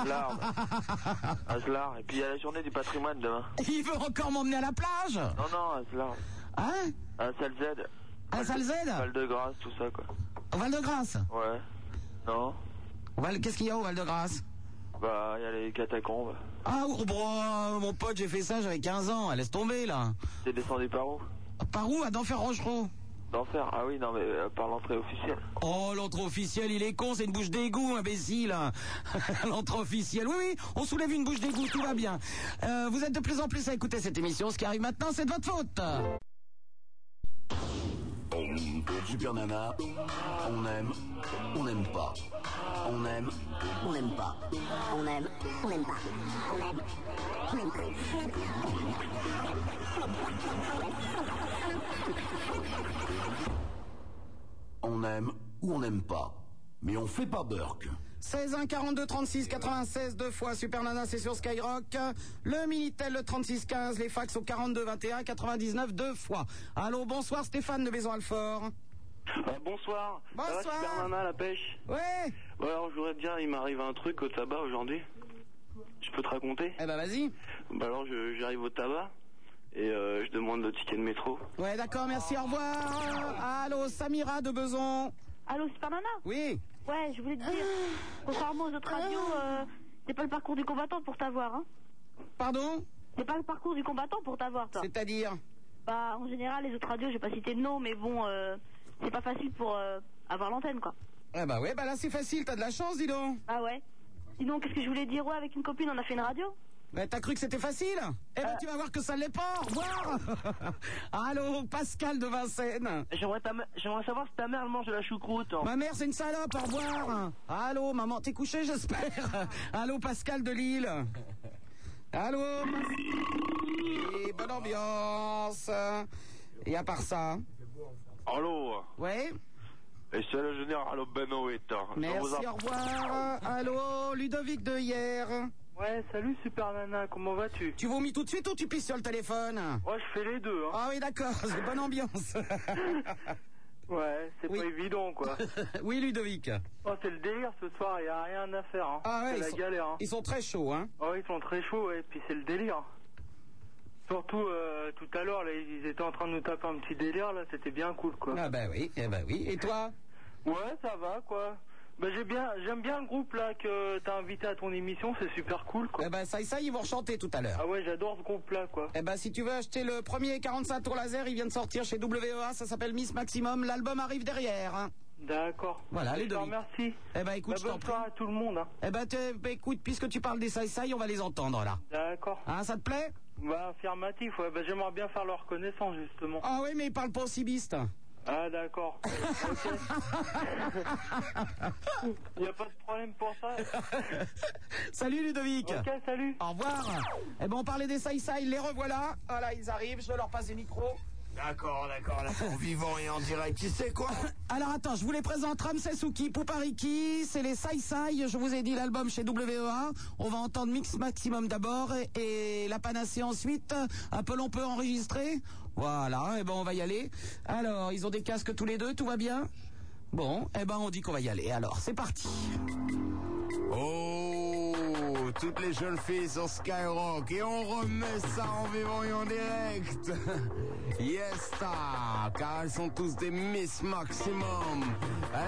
Aslar. Aslar. Et puis il y a la journée du patrimoine demain.
Il veut encore m'emmener à la plage
Non, non, Aslar.
Hein
À Salle Z.
À Salle Z
Val de Grâce, tout ça quoi.
Au Val-de-Grâce
Ouais. Non
Val- Qu'est-ce qu'il y a au Val-de-Grâce
Bah, il y a les catacombes.
Ah, oh, bon, mon pote, j'ai fait ça, j'avais 15 ans, elle laisse tomber, là.
T'es descendu par où
Par où À Denfert-Rochereau
D'enfer. Ah oui, non, mais euh, par l'entrée officielle.
Oh, l'entrée officielle, il est con, c'est une bouche d'égout, imbécile. l'entrée officielle, oui, oui, on soulève une bouche d'égout, tout va bien. Euh, vous êtes de plus en plus à écouter cette émission, ce qui arrive maintenant, c'est de votre faute.
Super Nana, on aime, on n'aime pas. On aime, on n'aime pas. On aime, on n'aime pas. On aime, on n'aime pas. On aime ou on n'aime pas. Mais on fait pas Burke.
16 1 42 36 96 deux fois Super Nana c'est sur Skyrock le Minitel le 36 15 les fax au 42 21 99 deux fois Allô bonsoir Stéphane de Maison Alfort
bonsoir.
Bonsoir.
Ça va, Super Nana, la pêche
Ouais.
Ouais, alors je voudrais te dire, il m'arrive un truc au tabac aujourd'hui. Je peux te raconter
Eh ben vas-y.
Bah alors je- j'arrive au tabac.
et euh, je demande le ticket de métro.
Ouais, d'accord, merci, au revoir. Allô, Samira de Beson.
Allô, Super Nana
Oui. Ah.
Ouais, je voulais te dire, contrairement aux autres radios, euh, c'est pas le parcours du combattant pour t'avoir, hein
Pardon
C'est pas le parcours du combattant pour t'avoir, toi.
C'est-à-dire
Bah, en général, les autres radios, je vais pas citer de nom, mais bon, euh, c'est pas facile pour euh, avoir l'antenne, quoi.
Ah bah ouais, bah là c'est facile, t'as de la chance, dis donc.
Ah ouais Sinon, qu'est-ce que je voulais dire Ouais, avec une copine, on a fait une radio
Bah t'as cru que c'était facile Eh
Euh.
ben tu vas voir que ça l'est pas, au revoir Allô, Pascal de Vincennes
J'aimerais ta ma- j'aimerais savoir si ta mère elle mange de la choucroute. hein.
Ma mère c'est une salope, au revoir Allô, maman, t'es couché j'espère Allô, Pascal de Lille Allô Pas- Et Bonne ambiance Et à part ça
Allô
Ouais
Et c'est le général Benoît.
Merci, au revoir Allô, Ludovic de hier
Ouais, salut Super Nana, comment vas-tu
Tu vomis tout de suite ou tu pisses sur le téléphone
Ouais, je fais les deux. hein.
Ah oui, d'accord, c'est bonne ambiance
Ouais, c'est pas évident quoi.
Oui, Ludovic
Oh, c'est le délire ce soir, il a rien à faire. Hein.
Ah ouais,
c'est
ils
la
sont,
galère. hein.
ils sont très chauds, hein.
Ah ouais, ils sont très chauds, ouais, et puis c'est le délire. Surtout euh, tout à l'heure, là, ils étaient en train de nous taper un petit délire, là, c'était bien cool quoi.
Ah bah oui, eh bah oui. Et toi
Ouais, ça va quoi. Bah, j'ai bien, j'aime bien le groupe là que t'as invité à ton émission, c'est super cool quoi.
Eh ben ça, ça, ils vont rechanter tout à l'heure.
Ah ouais, j'adore ce groupe là quoi.
Eh ben si tu veux acheter le premier 45 tours laser, il vient de sortir chez WEA, ça s'appelle Miss Maximum, l'album arrive derrière. hein.
D'accord.
Voilà, les deux.
Merci.
Eh ben écoute,
Bah,
je t'en
bonne
prie.
soirée à tout le monde. hein.
Eh ben t'es- bah, écoute, puisque tu parles des Saïsaï, on va les entendre là.
D'accord.
Ah, ça te plaît
Bah, affirmatif, ouais. Bah, j'aimerais bien faire leur connaissance, justement.
Ah oui, mais ils parlent pas aussi biste.
Ah, d'accord. Il n'y a pas de problème pour ça.
Salut Ludovic.
Ok, salut.
Au revoir. Eh ben on parlait des Saïsaï, les revoilà. Ah là, ils arrivent, je leur passe les micros.
D'accord, d'accord, d'accord. Vivant et en direct, tu sais quoi
Alors attends, je vous les présente Ramsey Souki, Poupariki, c'est les Sai Sai, je vous ai dit l'album chez WEA. On va entendre Mix Maximum d'abord et, et La Panacée ensuite. Un peu l'on peut enregistrer. Voilà, et ben on va y aller. Alors, ils ont des casques tous les deux, tout va bien Bon, eh ben on dit qu'on va y aller. Alors, c'est parti.
Oh, toutes les jeunes filles sur Skyrock et on remet ça en vivant et en direct. Yes, ça, car elles sont tous des Miss Maximum.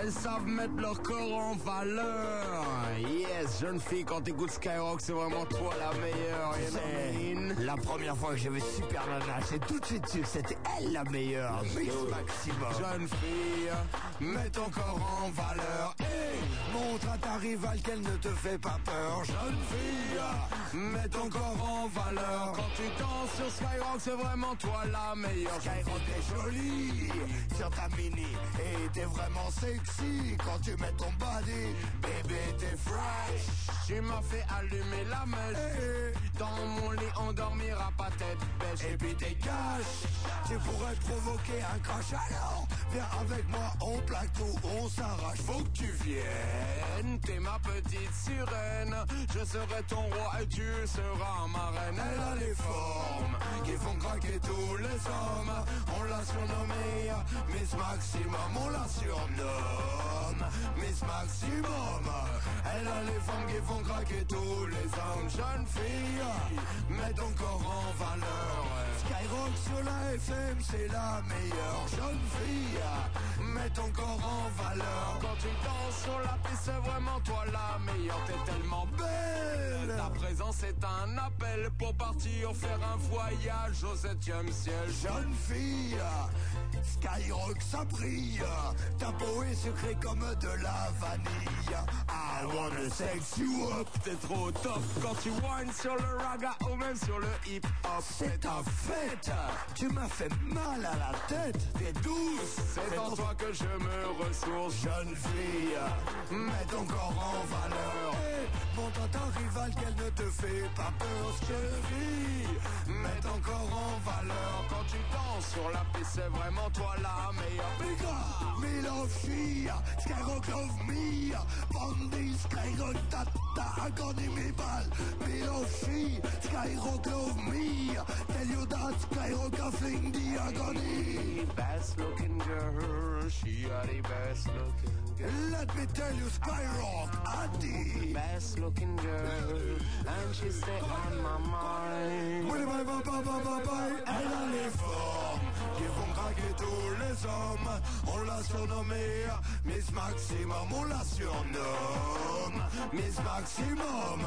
Elles savent mettre leur corps en valeur. Yes, jeune fille, quand t'écoutes Skyrock, c'est vraiment toi la meilleure. Yannick.
La première fois que j'ai vu Super Nana, j'ai tout de suite su que c'était elle la meilleure. Miss Maximum.
Jeune fille, mets ton corps en valeur. et montre à ta rivale qu'elle ne te fait pas peur. Jeune fille, mets ton corps en valeur. Quand tu danses sur Skyrock, c'est vraiment toi la meilleure. Skyrock est jolie sur ta mini. Et t'es vraiment sexy quand tu mets ton body. Bébé, t'es fresh. Tu m'as fait allumer la mèche. Dans mon lit, on dormira pas tête bêche. Eh. Et puis dégage, tu pourrais provoquer un crash. Alors, viens avec moi, on plaque tout, on s'arrache. Faut que tu viennes, t'es ma petite sirène. Je serai ton roi et tu seras ma reine. Elle a les formes qui font craquer tous les hommes. On l'a surnommée Miss Maximum, on la surnomme Miss Maximum. Elle a les formes qui font craquer tous les hommes. Jeune fille, mets ton corps en valeur. Skyrock sur la FM, c'est la meilleure. Jeune fille, mets ton corps en valeur. Quand tu danses sur la piste, c'est vraiment toi la meilleure. T'es tellement belle. Ta présence est un appel pour partir faire un voyage au septième ciel. Jeune fille, Skyrock, ça brille. Ta peau est sucrée comme de la vanille. I wanna sex you up. T'es trop top quand tu whines sur le raga ou même sur le hip hop. C'est ta fête. Tu m'as fait mal à la tête. T'es douce. C'est en toi que je me ressource. Jeune fille, mets ton corps en valeur. Hey, montre à ta rivale qu'elle ne te fait pas peur. Chérie, mets ton corps en valeur. Quand tu danses sur la piste, c'est vraiment toi la meilleure. Bigger, me love she, Skyrock love me. Bandit, Skyrock tata, accordé mes balles. Me love she, Skyrock love me. Tell you that Skyrock a fling the agony. Best looking girl, she are the best looking girl. Let me tell you, Skyrock, Adi. Best looking girl, And she said on my mind Oui, bye, bye, bye, bye, bye, bye Elle a les formes Qui font craquer tous les hommes On l'a surnommée Miss Maximum On la surnomme Miss Maximum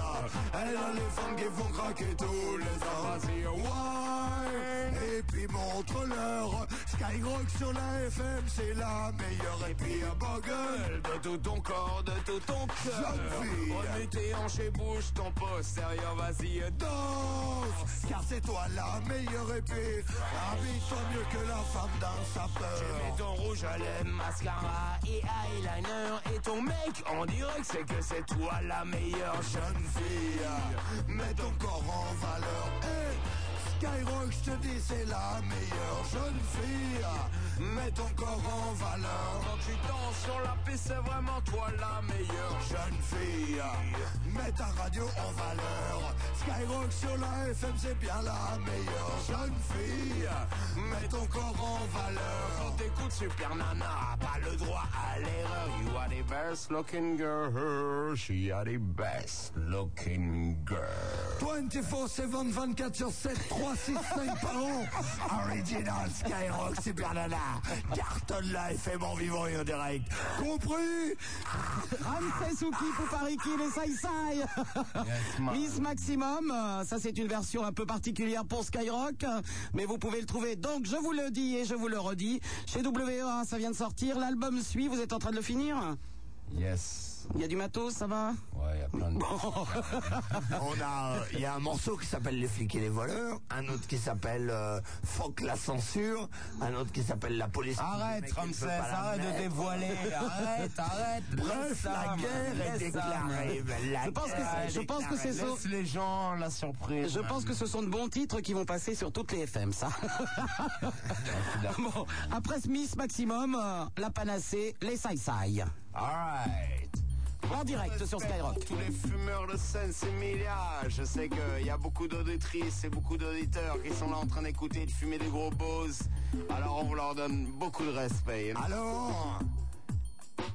Elle a les formes qui font craquer tous les hommes Vas-y, ouais Et puis montre-leur Skyrock sur la FM C'est la meilleure Et puis un bugle De tout ton corps, de tout ton cœur Remue tes hanches et bouge ton postérieur Vas-y, danse Car c'est toi la meilleure épée Habille-toi mieux que la femme d'un sapeur Tu mets ton rouge à lèvres, mascara et eyeliner Et ton mec, on dirait que c'est que c'est toi la meilleure jeune fille Mets ton corps en valeur et Skyrock, je te dis, c'est la meilleure jeune fille. Mets ton corps en valeur. Quand tu danses sur la piste, c'est vraiment toi la meilleure jeune fille. Mets ta radio en valeur. Skyrock sur la FM, c'est bien la meilleure jeune fille. Mets ton corps en valeur. Quand t'écoutes Super Nana, pas le droit à l'erreur. You are the best looking girl. She are the best looking girl. 24-7, 24 sur 7, 365 par an. Original Skyrock Super Nana. Cartonne la FM en vivant et en direct. Compris
Ramsey Souki, Poupariki, les Sai Sai. Miss Maximum, euh, ça c'est une version un peu particulière pour Skyrock, euh, mais vous pouvez le trouver. Donc je vous le dis et je vous le redis, chez WE1, ça vient de sortir, l'album suit, vous êtes en train de le finir
Yes.
Il y a du matos, ça va
Ouais, il y a plein de.
On a, euh, il y a un morceau qui s'appelle Les flics et les voleurs, un autre qui s'appelle euh, Fuck la censure, un autre qui s'appelle La police. Le
Arrête,
mec, il
Ramsès,
peut pas la
arrête de
mettre.
dévoiler, arrête, arrête, laisse
Bref,
ça,
la guerre
laisse
est
ça,
déclarée.
man.
la
Je pense que
guerre
c'est-
est
je pense que
déclarée.
c'est ça.
Laisse les gens la surprise.
Je
man.
pense que ce sont de bons titres qui vont passer sur toutes les FM, ça. bon, après Smith Maximum, euh, La Panacée, Les Sai Sai.
Alright.
En direct sur Skyrock.
Tous les fumeurs de scène, c'est Milia. Je sais qu'il y a beaucoup d'auditrices et beaucoup d'auditeurs qui sont là en train d'écouter et de fumer des gros boses. Alors on vous leur donne beaucoup de respect.
Alors,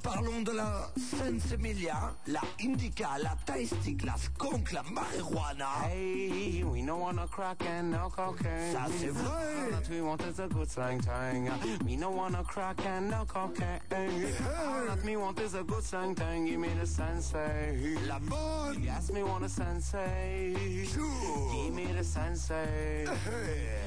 Parlons de la sensemilia, la indica, la taistique, la skunk, la marijuana.
Hey, we don't want no crack and no cocaine.
Ça, c'est vrai.
All that we want is a good slang tang. We don't want no crack and no cocaine. All that we want is a good slang tang. Give me the sensei.
La bonne.
Yes, me want a sensei.
Sure.
Give me the sensei.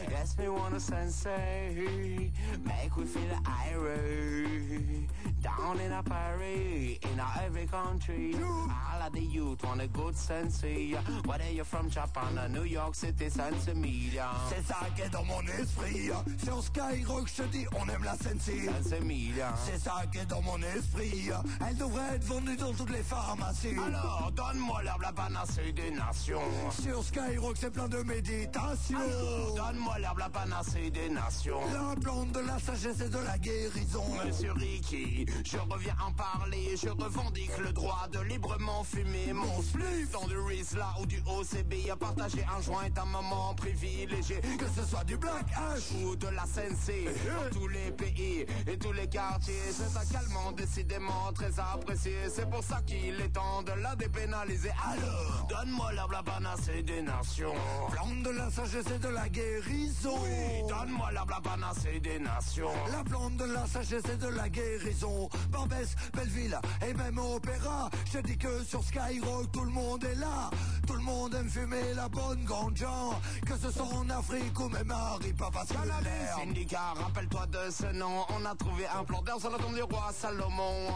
Yes, me want a sensei. Make we feel the irony. Down in a Paris, in a every country. All of the youth want a good sensei. Whether you're from Japan or New York City, sense media.
C'est ça qui est dans mon esprit. Sur Skyrock, je te dis, on aime la sensi.
Sense media.
C'est ça qui est dans mon esprit. Elle devrait être vendue dans toutes les pharmacies.
Alors, donne-moi l'herbe, la panacée des nations.
Sur Skyrock, c'est plein de méditations.
Alors, donne-moi l'herbe, la panacée des nations.
La plante de la sagesse et de la guérison.
Monsieur Ricky, je reviens en parler, je revendique le droit de librement fumer mon spliff dans du Rizla ou du OCB, à partager un joint est un moment privilégié, que ce soit du Black Ash ou de la Sensei,
Eh,
dans tous les pays et tous les quartiers, c'est un calmant décidément très apprécié, c'est pour ça qu'il est temps de la dépénaliser, alors donne-moi l'herbe la panacée des nations,
Plante de la sagesse et de la guérison.
donne-moi l'herbe la panacée des nations.
La plante de la sagesse et de la guérison. Barbès, Belleville et même Opéra. Je te dis que sur Skyrock, tout le monde est là. Tout le monde aime fumer la bonne ganja. Que ce soit en Afrique ou même à Ripa, parce que
Cannabis
l'herbe-
Indica, rappelle-toi de ce nom. On a trouvé un planteur sur la tombe du roi Salomon.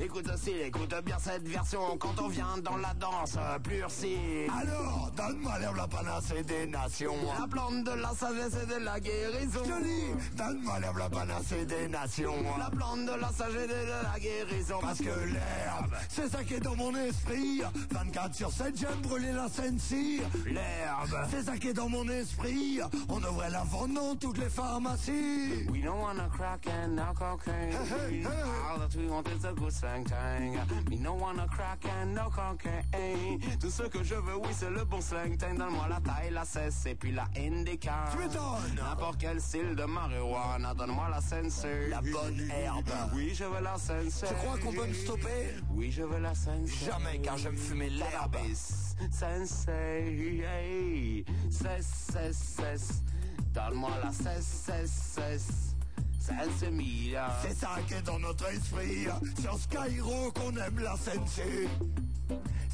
Écoute aussi, écoute bien cette version. Quand on vient dans la danse, purcie.
Alors, donne-moi l'herbe la panacée des nations.
La plante de la sagesse et de la guérison.
Je te dis, donne-moi l'herbe la panacée des nations.
La plante de la sagesse et de la guérison.
Parce que l'herbe, c'est ça qui est dans mon esprit. 24 sur 7, j'aime brûler la sensi.
l'herbe.
C'est ça qui est dans mon esprit. On devrait la vendre dans toutes les pharmacies.
We don't wanna crack and no cocaine.
Hey, hey, hey.
All that we want is a good slang tang. We don't wanna crack and no cocaine. Tout ce que je veux, oui, c'est le bon slang tang. Donne-moi la taille, la cesse et puis la indica.
Tu m'étonnes.
N'importe quel style de marijuana. Donne-moi la sensei.
La bonne herbe.
Oui, je veux la sensei.
Tu crois qu'on peut me stopper
Oui, je veux la Jamais car j'aime fumer l'herbis. Sensei, hey. cesse, cesse, cesse. Donne-moi la cesse, cesse, cesse. Sensei Mia.
C'est ça qui est dans notre esprit. Sur Skyrock, on aime la sensu.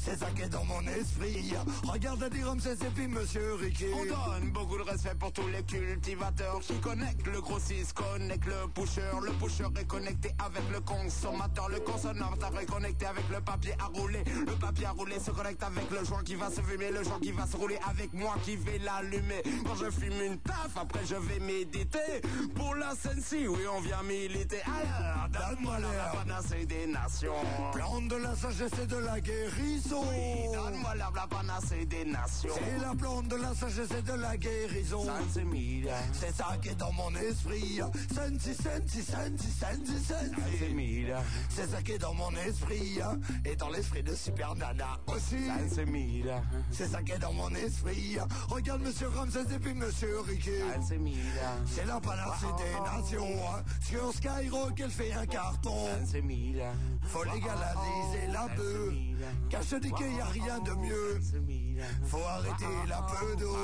C'est ça qui est dans mon esprit.
Regarde Eddie Ramsès et puis Monsieur Ricky. On donne beaucoup de respect pour tous les cultivateurs qui connectent le grossiste, connectent le pusher. Le pusher est connecté avec le consommateur. Le consommateur est connecté avec le papier à rouler. Le papier à rouler se connecte avec le joint qui va se fumer. Le joint qui va se rouler avec moi qui vais l'allumer. Quand je fume une taf, après je vais méditer. Pour la sensi, oui, on vient militer. Alors, donne-moi la panacée des nations.
Plante de la sagesse et de la guérison.
Oui, donne-moi l'herbe, la panacée des nations.
C'est la plante de la sagesse et de la guérison.
Sensi Mia.
C'est ça qui est dans mon esprit. Sensi, sensi, sensi, sensi, sensi.
Mia.
C'est ça qui est dans mon esprit. Et dans l'esprit de Super Nana aussi.
Sensi Mia.
C'est ça qui est dans mon esprit. Regarde Monsieur Ramsès et puis Monsieur Ricky.
Sensi Mia.
C'est la panacée des nations. Sur Skyrock, elle fait un carton.
Sensi Mia.
Faut légaliser la peu. Car je dis qu'il n'y a rien de mieux. Faut arrêter la peu d'eau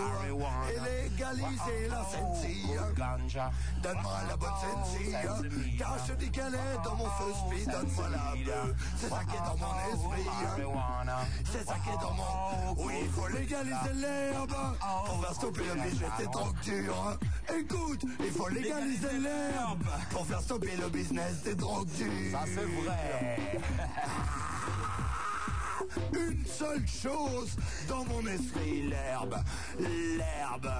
et légaliser la sensi.
Ganja.
Donne-moi la bonne sensi. Car je dis qu'elle est dans mon feu speed. Donne-moi la peu. C'est ça qui est dans mon esprit. C'est ça qui est dans mon. Oui, il faut légaliser l'herbe. Pour faire stopper le business, c'est trop dur. Écoute, il faut légaliser l'herbe. Pour faire stopper le business, c'est trop dur.
Ça, c'est vrai.
Une seule chose dans mon esprit, l'herbe, l'herbe,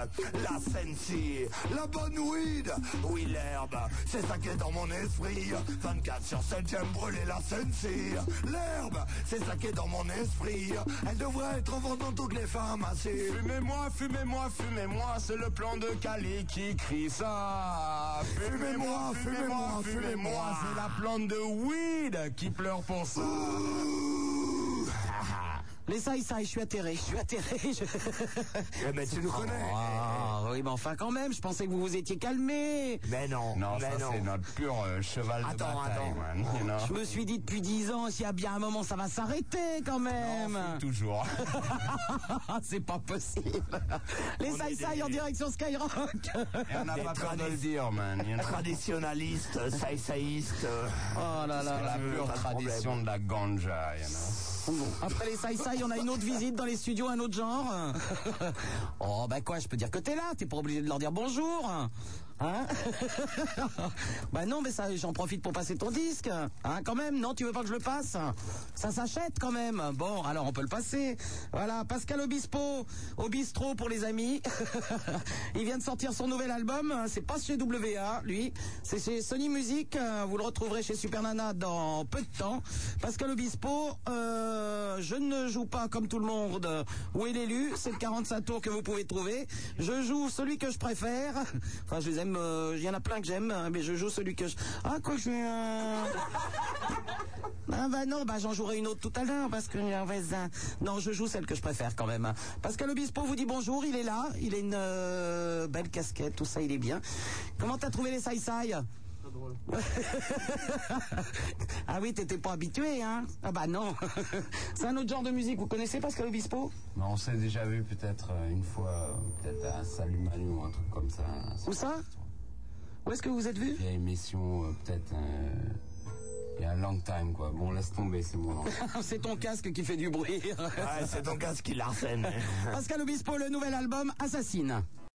la sensi, la bonne weed, oui l'herbe, c'est ça qui est dans mon esprit, 24 sur 7 j'aime brûler la sensi, l'herbe, c'est ça qui est dans mon esprit, elle devrait être en vente dans toutes les pharmacies.
Fumez-moi, fumez-moi, fumez-moi, c'est le plan de Cali qui crie ça.
Fumez-moi, fumez-moi, fumez-moi,
c'est la plante de weed qui pleure pour ça.
Les ça, je suis atterré, je suis atterré. je-
Eh, Mais tu nous connais.
Oh,
Ah oui, mais enfin quand même, je pensais que vous vous étiez calmé.
Mais non,
Non,
mais
ça
Ben non.
c'est notre pur euh, cheval
Attends,
de bataille.
attends.
man, you know.
Je me suis dit depuis 10 ans, s'il y a bien un moment, ça va s'arrêter quand même.
Toujours.
C'est pas possible. Les
On est
Saïsaï en
des-
direction Skyrock.
Et on n'a
Des
pas peur de
tradi-
le dire, man. you know.
Traditionaliste, euh, saïsaïste. euh,
Oh là
C'est
là.
la
veux,
pure
pas de
tradition de la ganja, you know.
Après les Saïsaï, on a une autre visite dans les studios, un autre genre. Oh bah quoi, je peux dire que t'es là, t'es pas obligé de leur dire bonjour. Hein Bah non, mais ça, j'en profite pour passer ton disque. Hein, quand même, non, tu veux pas que je le passe Ça s'achète quand même. Bon, alors on peut le passer. Voilà, Pascal Obispo, au bistrot pour les amis. Il vient de sortir son nouvel album, euh, c'est pas chez WA, lui, c'est chez Sony Music, Euh, vous le retrouverez chez Super Nana dans peu de temps. Pascal Obispo, euh, je ne joue pas comme tout le monde euh, où est l'élu, c'est le 45 tours que vous pouvez trouver. Je joue celui que je préfère. Enfin, je les aime, euh, il y en a plein que j'aime, hein, mais je joue celui que je... Ah, quoi que je... euh, ah bah non, bah j'en jouerai une autre tout à l'heure parce que euh, ouais, ça- non, je joue celle que je préfère quand même. Pascal Obispo vous dit bonjour, il est là, il a une euh, belle casquette, tout ça, il est bien. Comment t'as trouvé les Sai Sai ah oui, t'étais pas habitué, hein Ah bah non. C'est un autre genre de musique. Vous connaissez Pascal Obispo
Mais on s'est déjà vu peut-être euh, une fois, euh, peut-être à Salut Manu ou un truc comme ça.
Où ça Où est-ce que vous êtes vu
Vieille émission, euh, peut-être euh, il y a un long time quoi. Bon, laisse tomber, c'est bon.
C'est ton casque qui fait du bruit.
Ouais, c'est ton gaz qui l'arsène.
Ah, Pascal Obispo, le nouvel album Assassine.